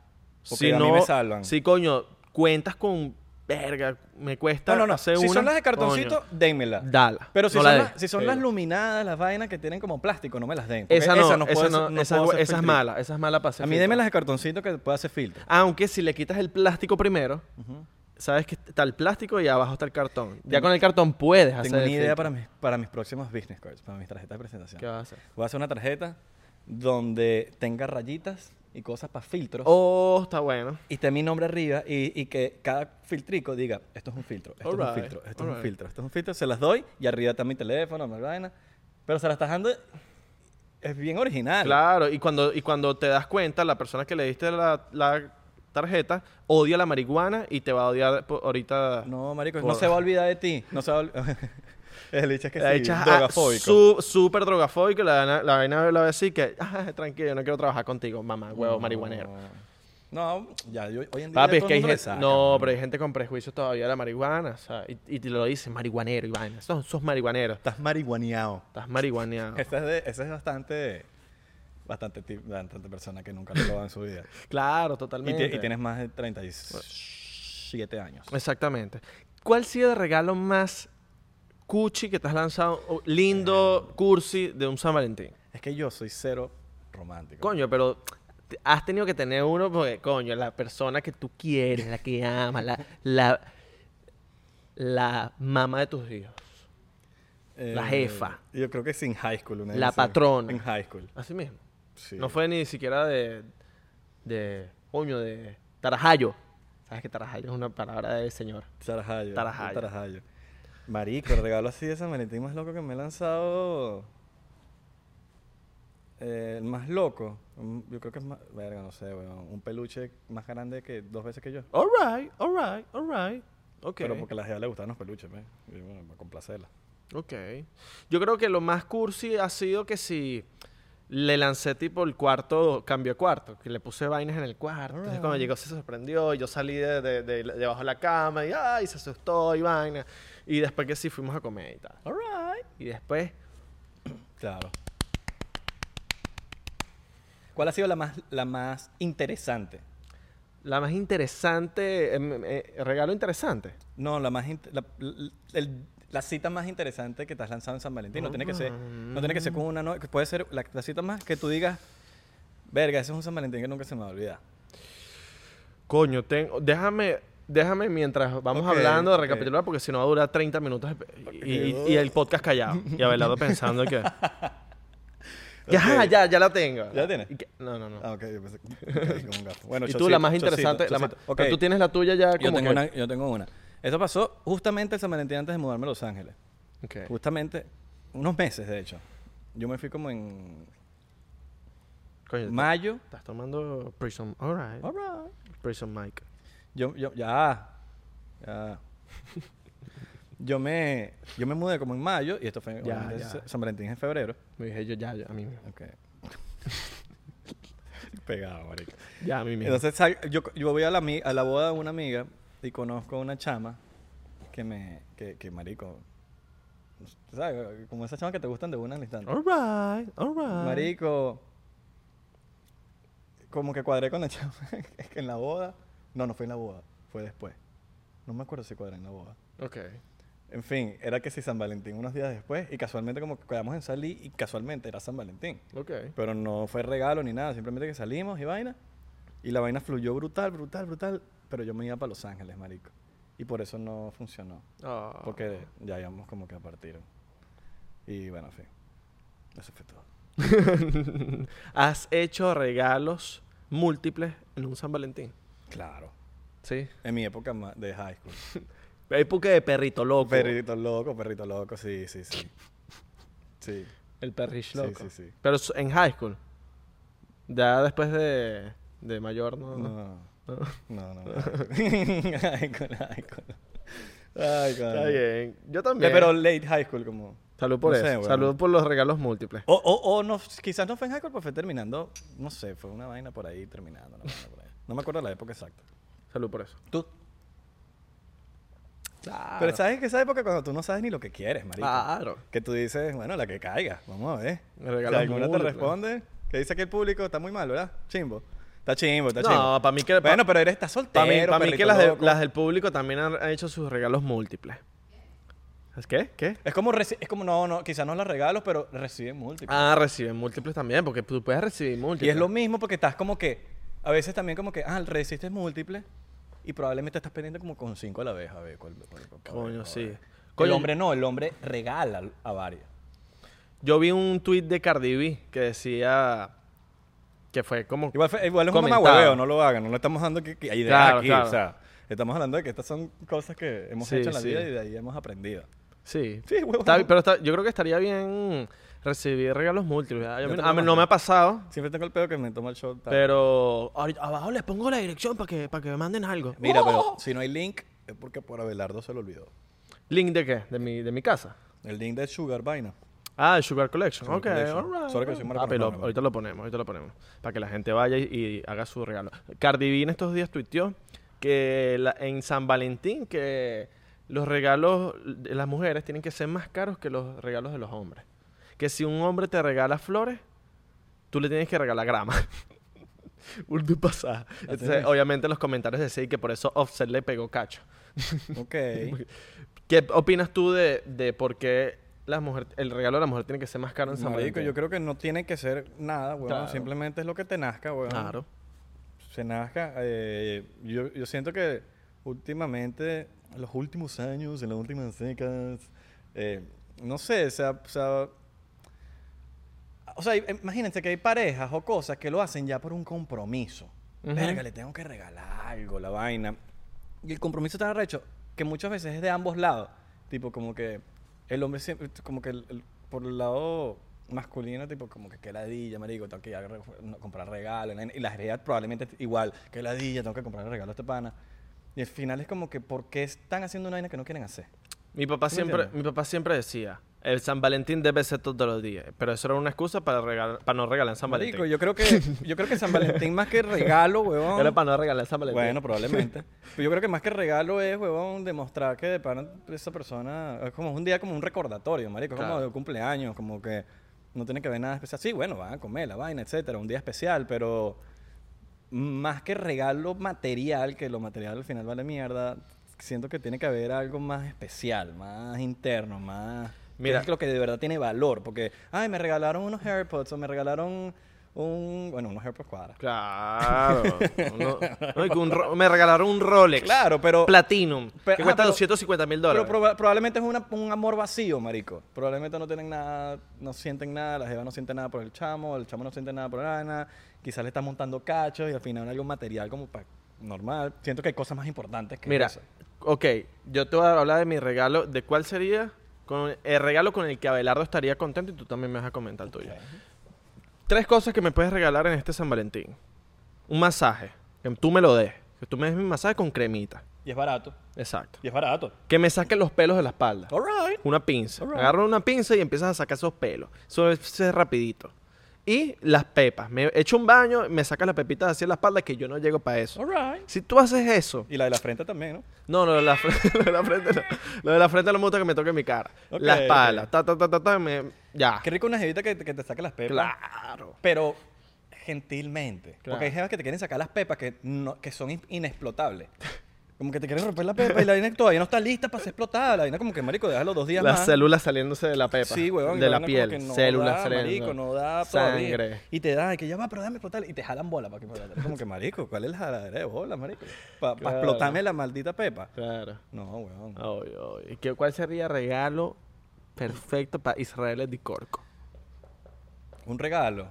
[SPEAKER 1] Porque a mí me salvan.
[SPEAKER 2] Si, coño, cuentas con... Verga, me cuesta
[SPEAKER 1] No, no, no. Si
[SPEAKER 2] hacer una,
[SPEAKER 1] son las de cartoncito,
[SPEAKER 2] coño,
[SPEAKER 1] démela.
[SPEAKER 2] dala.
[SPEAKER 1] Pero si
[SPEAKER 2] No
[SPEAKER 1] son,
[SPEAKER 2] la
[SPEAKER 1] las,
[SPEAKER 2] dejes.
[SPEAKER 1] si son
[SPEAKER 2] Sí.
[SPEAKER 1] las luminadas, las vainas que tienen como plástico, no me las den. porque
[SPEAKER 2] Esa no, esa
[SPEAKER 1] no
[SPEAKER 2] no,
[SPEAKER 1] puedo
[SPEAKER 2] esa,
[SPEAKER 1] hacer- no puedo
[SPEAKER 2] esa
[SPEAKER 1] hacer
[SPEAKER 2] es
[SPEAKER 1] filtro.
[SPEAKER 2] mala, esa es mala para hacer
[SPEAKER 1] A mí
[SPEAKER 2] filtro.
[SPEAKER 1] deme las de cartoncito que pueda hacer filtro.
[SPEAKER 2] Aunque si le quitas el plástico primero, sabes que está el plástico y abajo está el cartón. Ya con el cartón puedes hacer
[SPEAKER 1] Tengo una
[SPEAKER 2] el
[SPEAKER 1] idea
[SPEAKER 2] filtro.
[SPEAKER 1] para mis, para mis próximos business cards, para mis tarjetas de presentación.
[SPEAKER 2] ¿Qué vas a hacer?
[SPEAKER 1] Voy a hacer una tarjeta donde tenga rayitas y cosas para filtros.
[SPEAKER 2] Oh, está bueno.
[SPEAKER 1] Y esté mi nombre arriba y, y que cada filtrico diga, esto es un filtro, esto es un
[SPEAKER 2] Alright,
[SPEAKER 1] filtro, esto es un
[SPEAKER 2] alright.
[SPEAKER 1] filtro, esto es un filtro. Se las doy y arriba está mi teléfono, mi vaina. Pero se las estás dando, es bien original.
[SPEAKER 2] Claro, y cuando, y cuando te das cuenta, la persona que le diste la, la tarjeta odia la marihuana y te va a odiar por- ahorita.
[SPEAKER 1] No, marico, no
[SPEAKER 2] Por-
[SPEAKER 1] se va a olvidar de ti. No se va a olvidar. El dicho es que
[SPEAKER 2] La
[SPEAKER 1] sí,
[SPEAKER 2] hecha
[SPEAKER 1] drogafóbico.
[SPEAKER 2] súper drogafóbico. La vaina, la vaina la va a decir que, "Ah, tranquilo, yo no quiero trabajar contigo, mamá, huevo, marihuanero.
[SPEAKER 1] No, ya, yo, hoy en día
[SPEAKER 2] Papi,
[SPEAKER 1] ya
[SPEAKER 2] es
[SPEAKER 1] todo
[SPEAKER 2] que
[SPEAKER 1] el
[SPEAKER 2] hay
[SPEAKER 1] mundo le
[SPEAKER 2] gente,
[SPEAKER 1] saca,
[SPEAKER 2] no,
[SPEAKER 1] mano.
[SPEAKER 2] pero hay gente con prejuicios todavía de la marihuana, o sea, y, y te lo dicen, marihuanero, Iván, sos, sos marihuanero,
[SPEAKER 1] Estás marihuaneado.
[SPEAKER 2] estás marihuaneado.
[SPEAKER 1] Esa es, de- esa es bastante, bastante, ti- bastante persona que nunca lo probado en su vida.
[SPEAKER 2] claro,
[SPEAKER 1] Y,
[SPEAKER 2] totalmente.
[SPEAKER 1] ti- y tienes más de 37 años.
[SPEAKER 2] Pues, Exactamente. ¿Cuál ha sido el regalo más cuchi que te has lanzado, o lindo, cursi, de un San Valentín?
[SPEAKER 1] Es que yo soy cero romántico.
[SPEAKER 2] Coño, pero te- has tenido que tener uno porque, coño, la persona que tú quieres, la que amas, la, la, la mamá de tus hijos. La jefa.
[SPEAKER 1] Eh, Yo creo que es en high school. una
[SPEAKER 2] La
[SPEAKER 1] vez, sí.
[SPEAKER 2] patrona.
[SPEAKER 1] En high school.
[SPEAKER 2] Así mismo.
[SPEAKER 1] Sí.
[SPEAKER 2] No fue ni siquiera de, de, coño, de tarajayo. ¿Sabes que tarajayo es una palabra de señor?
[SPEAKER 1] Tarajayo.
[SPEAKER 2] Tarajayo.
[SPEAKER 1] Tarajayo. Marico, el regalo así de San Valentín más loco que me he lanzado. eh, el más loco. mm, Yo creo que es más. Verga, no sé, weón. Un peluche más grande que dos veces que yo.
[SPEAKER 2] All right, all right, all right. Ok.
[SPEAKER 1] Pero porque a la gente le gustaban los peluches, ¿ves? Y bueno, para complacerla.
[SPEAKER 2] Ok. Yo creo que lo más cursi ha sido que si le lancé tipo el cuarto, cambio de cuarto, que le puse vainas en el cuarto. Entonces cuando llegó se sorprendió, y yo salí de, de- de- debajo de la cama y ay, se asustó y vaina. Y después que sí fuimos a comer y tal. All right. Y después,
[SPEAKER 1] Claro. ¿Cuál ha sido la más, la más interesante?
[SPEAKER 2] la más interesante, em, eh, regalo interesante.
[SPEAKER 1] No, la más int- la, l- el- la cita más interesante que te has lanzado en San Valentín. No tiene que ser, no tiene que ser con una no- que Puede ser la, la cita más que tú digas, verga, ese es un San Valentín que nunca se me va a olvidar.
[SPEAKER 2] Coño, tengo, déjame, déjame mientras vamos
[SPEAKER 1] Ok,
[SPEAKER 2] hablando de
[SPEAKER 1] ok.
[SPEAKER 2] recapitular, porque si no va a durar 30 minutos y, y- y el podcast callado. Y Abelardo pensando que. Ya,
[SPEAKER 1] Ok.
[SPEAKER 2] ya, ya la tengo.
[SPEAKER 1] ¿Ya la tienes?
[SPEAKER 2] Y que- No, no, no.
[SPEAKER 1] Ah, ok, yo pensé que como un gato. Bueno,
[SPEAKER 2] y tú,
[SPEAKER 1] chocito,
[SPEAKER 2] la más
[SPEAKER 1] chocito,
[SPEAKER 2] interesante. la más-
[SPEAKER 1] chocito.
[SPEAKER 2] pero
[SPEAKER 1] Ok,
[SPEAKER 2] tú tienes la tuya ya como.
[SPEAKER 1] yo, tengo
[SPEAKER 2] que-
[SPEAKER 1] una, yo tengo una. Esto pasó justamente el San Valentín antes de mudarme a Los Ángeles.
[SPEAKER 2] Ok.
[SPEAKER 1] Justamente, unos meses de hecho. Yo me fui como en
[SPEAKER 2] Coño,
[SPEAKER 1] mayo.
[SPEAKER 2] estás tomando Prison. All right.
[SPEAKER 1] All right.
[SPEAKER 2] Prison Mike.
[SPEAKER 1] Yo, yo, ya. Ya. Yo me, yo me mudé como en mayo y esto fue
[SPEAKER 2] Ya,
[SPEAKER 1] obviamente,
[SPEAKER 2] ya.
[SPEAKER 1] Sa- San Valentín en febrero.
[SPEAKER 2] Me dije yo, ya, ya, a mí mismo.
[SPEAKER 1] Ok. Pegado, marico.
[SPEAKER 2] Ya, a mí mismo.
[SPEAKER 1] Entonces sal- yo, yo voy a la, ami- a la boda de una amiga y conozco a una chama que me, que, que marico, ¿sabes? Como esas chamas que te gustan de una al instante.
[SPEAKER 2] all right, all right.
[SPEAKER 1] Marico. Como que cuadré con la chama. Es que en la boda. No, no fue en la boda. Fue después. No me acuerdo si cuadré en la boda.
[SPEAKER 2] Ok.
[SPEAKER 1] En fin, era que si San Valentín unos días después. Y casualmente, como que quedamos en salir. Y casualmente era San Valentín.
[SPEAKER 2] Ok.
[SPEAKER 1] Pero no fue regalo ni nada. Simplemente que salimos y vaina. Y la vaina fluyó brutal, brutal, brutal. Pero yo me iba para Los Ángeles, marico. Y por eso no funcionó.
[SPEAKER 2] Ah.
[SPEAKER 1] Porque ya íbamos como que a partir. Y bueno, en fin. Eso fue todo.
[SPEAKER 2] ¿Has hecho regalos múltiples en un San Valentín?
[SPEAKER 1] Claro.
[SPEAKER 2] Sí.
[SPEAKER 1] En mi época ma- de high school.
[SPEAKER 2] Época de perrito loco.
[SPEAKER 1] Perrito loco, perrito loco, sí, sí, sí. Sí,
[SPEAKER 2] El perrish
[SPEAKER 1] Sí,
[SPEAKER 2] loco.
[SPEAKER 1] sí, sí.
[SPEAKER 2] Pero s- en high school. Ya después de, de mayor, ¿no?
[SPEAKER 1] no,
[SPEAKER 2] No.
[SPEAKER 1] no, no. High school, high school. Ay,
[SPEAKER 2] Está
[SPEAKER 1] coño.
[SPEAKER 2] bien. Yo también.
[SPEAKER 1] Pero late high school, como.
[SPEAKER 2] Salud por
[SPEAKER 1] no
[SPEAKER 2] eso.
[SPEAKER 1] sé, bueno.
[SPEAKER 2] Salud por los regalos múltiples.
[SPEAKER 1] O, o, o no, quizás no fue en high school, pero fue terminando, no sé, fue una vaina por ahí, terminando, una vaina por ahí. No me acuerdo la época exacta.
[SPEAKER 2] Salud por eso.
[SPEAKER 1] Tú.
[SPEAKER 2] Claro.
[SPEAKER 1] Pero sabes que esa época cuando tú no sabes ni lo que quieres, marico.
[SPEAKER 2] Claro.
[SPEAKER 1] Que tú dices, bueno, la que caiga, vamos a ver.
[SPEAKER 2] Me regalas
[SPEAKER 1] Si alguna te
[SPEAKER 2] múltiples.
[SPEAKER 1] responde, que dice que el público está muy mal, ¿verdad? Chimbo. Está chimbo, está
[SPEAKER 2] No,
[SPEAKER 1] chimbo.
[SPEAKER 2] pa' mí que- pa-
[SPEAKER 1] Bueno, pero eres, estás soltero,
[SPEAKER 2] Para mí, pa' mí
[SPEAKER 1] perrito
[SPEAKER 2] que las, de-
[SPEAKER 1] loco.
[SPEAKER 2] las del público también han, han hecho sus regalos múltiples. ¿Es qué? ¿Qué?
[SPEAKER 1] Es como, reci- es como, no, no, quizás no las regalos, pero reciben múltiples.
[SPEAKER 2] Ah, reciben múltiples también, porque tú puedes recibir múltiples.
[SPEAKER 1] y es lo mismo porque estás como que, a veces también como que, ah, recibiste múltiples y probablemente estás pendiente como con cinco a la vez, a ver, cuál, cuál- cuál- cuál-
[SPEAKER 2] Coño,
[SPEAKER 1] cuál-
[SPEAKER 2] sí.
[SPEAKER 1] el
[SPEAKER 2] Coño,
[SPEAKER 1] hombre no, el hombre regala a varios.
[SPEAKER 2] Yo vi un tweet de Cardi B que decía que fue como
[SPEAKER 1] Igual, fue- igual es
[SPEAKER 2] Comentado.
[SPEAKER 1] un mamahueveo, no lo hagan, no le estamos dando que, que ideas
[SPEAKER 2] Claro,
[SPEAKER 1] aquí,
[SPEAKER 2] claro.
[SPEAKER 1] o sea, estamos hablando de que estas son cosas que hemos
[SPEAKER 2] Sí,
[SPEAKER 1] hecho en la
[SPEAKER 2] sí.
[SPEAKER 1] vida y de ahí hemos aprendido.
[SPEAKER 2] sí,
[SPEAKER 1] Sí, huevón.
[SPEAKER 2] Está bi- pero está- yo creo que estaría bien recibir regalos múltiples. ¿verdad? Yo
[SPEAKER 1] Yo
[SPEAKER 2] me-
[SPEAKER 1] te
[SPEAKER 2] a mí
[SPEAKER 1] lo
[SPEAKER 2] no me
[SPEAKER 1] mando.
[SPEAKER 2] ha pasado,
[SPEAKER 1] Siempre tengo el pedo que me toma el shot. tal.
[SPEAKER 2] pero ahorita- abajo les pongo la dirección para que para que me manden algo.
[SPEAKER 1] Mira, pero
[SPEAKER 2] ¡Oh!
[SPEAKER 1] si no hay link, es porque por Abelardo se lo olvidó.
[SPEAKER 2] link de qué? De mi de mi casa.
[SPEAKER 1] El link de Sugar Vaina.
[SPEAKER 2] Ah, el Sugar Collection.
[SPEAKER 1] Sugar
[SPEAKER 2] ok,
[SPEAKER 1] Collection.
[SPEAKER 2] all
[SPEAKER 1] Solo
[SPEAKER 2] right,
[SPEAKER 1] que
[SPEAKER 2] all
[SPEAKER 1] soy
[SPEAKER 2] right.
[SPEAKER 1] malo
[SPEAKER 2] Ah,
[SPEAKER 1] para
[SPEAKER 2] pero
[SPEAKER 1] los nombres.
[SPEAKER 2] ahorita lo ponemos, ahorita lo ponemos. Para que la gente vaya y, y haga su regalo. Cardi B en estos días tuiteó que la- en San Valentín que los regalos de las mujeres tienen que ser más caros que los regalos de los hombres. Que si un hombre te regala flores, tú le tienes que regalar grama. Urdu pasada. Entonces,
[SPEAKER 1] tienes.
[SPEAKER 2] obviamente los comentarios decían que por eso Offset le pegó cacho.
[SPEAKER 1] Ok.
[SPEAKER 2] ¿Qué opinas tú de, de por qué la mujer, el regalo de la mujer tiene que ser más caro en San
[SPEAKER 1] Marico,
[SPEAKER 2] Valentín.
[SPEAKER 1] yo creo que no tiene que ser nada, weón.
[SPEAKER 2] Claro.
[SPEAKER 1] Simplemente es lo que te nazca, weón.
[SPEAKER 2] Claro.
[SPEAKER 1] Se nazca. eh, yo, yo siento que últimamente, en los últimos años, en las últimas décadas, eh, no sé, se ha- se ha- O sea, imagínense que hay parejas o cosas que lo hacen ya por un compromiso.
[SPEAKER 2] Ujú.
[SPEAKER 1] Verga, le tengo que regalar algo, la vaina. Y el compromiso está arrecho, que muchas veces es de ambos lados. Tipo, como que el hombre siempre, como que el- el- por el lado masculino, tipo, como que qué ladilla, marico, tengo que ir a re- no, comprar regalo. Y la realidad probablemente es igual, qué ladilla, tengo que comprar regalo a este pana. Y al final es como que, ¿por qué están haciendo una vaina que no quieren hacer?
[SPEAKER 2] Mi papá,
[SPEAKER 1] ¿Tú me
[SPEAKER 2] siempre,
[SPEAKER 1] entiendes?
[SPEAKER 2] mi papá siempre decía, el San Valentín debe ser todos los días. Pero eso era una excusa para, regalar, para no regalar San Valentín.
[SPEAKER 1] Marico, yo creo que, yo creo que San Valentín más que regalo, weón.
[SPEAKER 2] Era para no regalar San Valentín.
[SPEAKER 1] Bueno, probablemente. Pero yo creo que más que regalo es, huevón, demostrar que de pana esa persona es como un día como un recordatorio, marico, como
[SPEAKER 2] Claro.
[SPEAKER 1] de cumpleaños, como que no tiene que ver nada especial. Sí, bueno, van a comer la vaina, etcétera, un día especial, pero más que regalo material, que lo material al final vale mierda, siento que tiene que haber algo más especial, más interno, más que
[SPEAKER 2] Mira.
[SPEAKER 1] es lo que de verdad tiene valor, porque ay, me regalaron unos AirPods o me regalaron un, bueno, unos AirPods cuadra.
[SPEAKER 2] Claro. No- no, y que un ro- me regalaron un Rolex.
[SPEAKER 1] Claro, pero
[SPEAKER 2] Platinum.
[SPEAKER 1] Pero-
[SPEAKER 2] que
[SPEAKER 1] ajá,
[SPEAKER 2] cuesta
[SPEAKER 1] pero-
[SPEAKER 2] 250 mil dólares.
[SPEAKER 1] Pero proba- probablemente es una- un amor vacío, marico. Probablemente no tienen nada, no sienten nada, la jeva no siente nada por el chamo, el chamo no siente nada por Ana, quizás le está montando cachos y al final algo material como pa- normal. Siento que hay cosas más importantes que
[SPEAKER 2] Mira,
[SPEAKER 1] eso.
[SPEAKER 2] ok, yo te voy a hablar de mi regalo, de cuál sería con- el regalo con el que Abelardo estaría contento y tú también me vas a comentar el tuyo. Tres cosas que me puedes regalar en este San Valentín. Un masaje, que tú me lo des, que tú me des mi masaje con cremita.
[SPEAKER 1] Y es barato,
[SPEAKER 2] Exacto.
[SPEAKER 1] y es barato.
[SPEAKER 2] Que me saquen los pelos de la espalda.
[SPEAKER 1] All right.
[SPEAKER 2] Una pinza.
[SPEAKER 1] Alright.
[SPEAKER 2] Agarro una pinza y empiezas a sacar esos pelos. Eso es es rapidito. Y las pepas. Me echo un baño, me sacas las pepitas hacia la espalda que yo no llego para eso.
[SPEAKER 1] All right.
[SPEAKER 2] Si tú haces eso,
[SPEAKER 1] Y la de la frente también, ¿no?
[SPEAKER 2] no, lo de la frente, lo de la frente no. Lo de la frente no me gusta que me toque mi cara.
[SPEAKER 1] Ok,
[SPEAKER 2] la espalda,
[SPEAKER 1] ok.
[SPEAKER 2] ta, ta, ta, ta, ta, me- ya.
[SPEAKER 1] Qué rico una jevita que, te- que te saque las pepas.
[SPEAKER 2] Claro.
[SPEAKER 1] Pero gentilmente.
[SPEAKER 2] Claro.
[SPEAKER 1] Porque hay jevas que te quieren sacar las pepas que, no, que son in- inexplotables. Como que te quieren romper la pepa y la vaina todavía no está lista para ser explotada. La vaina como que, marico, déjalo dos días
[SPEAKER 2] Las
[SPEAKER 1] más.
[SPEAKER 2] células saliéndose de la pepa.
[SPEAKER 1] Sí, huevón. y
[SPEAKER 2] De la
[SPEAKER 1] vaina como
[SPEAKER 2] piel.
[SPEAKER 1] que no
[SPEAKER 2] células
[SPEAKER 1] da,
[SPEAKER 2] saliendo.
[SPEAKER 1] marico, no da todavía.
[SPEAKER 2] Sangre.
[SPEAKER 1] Y te da, y que ya va, pero déjame explotar. Y te jalan bola para que explotar. Como que, marico, ¿cuál es la jaladera de bola, marico? Para
[SPEAKER 2] Claro.
[SPEAKER 1] explotarme la maldita pepa.
[SPEAKER 2] Claro.
[SPEAKER 1] No, huevón.
[SPEAKER 2] Ay, ay. ¿Qué- ¿Cuál sería regalo perfecto para Israel de Corco?
[SPEAKER 1] Un regalo.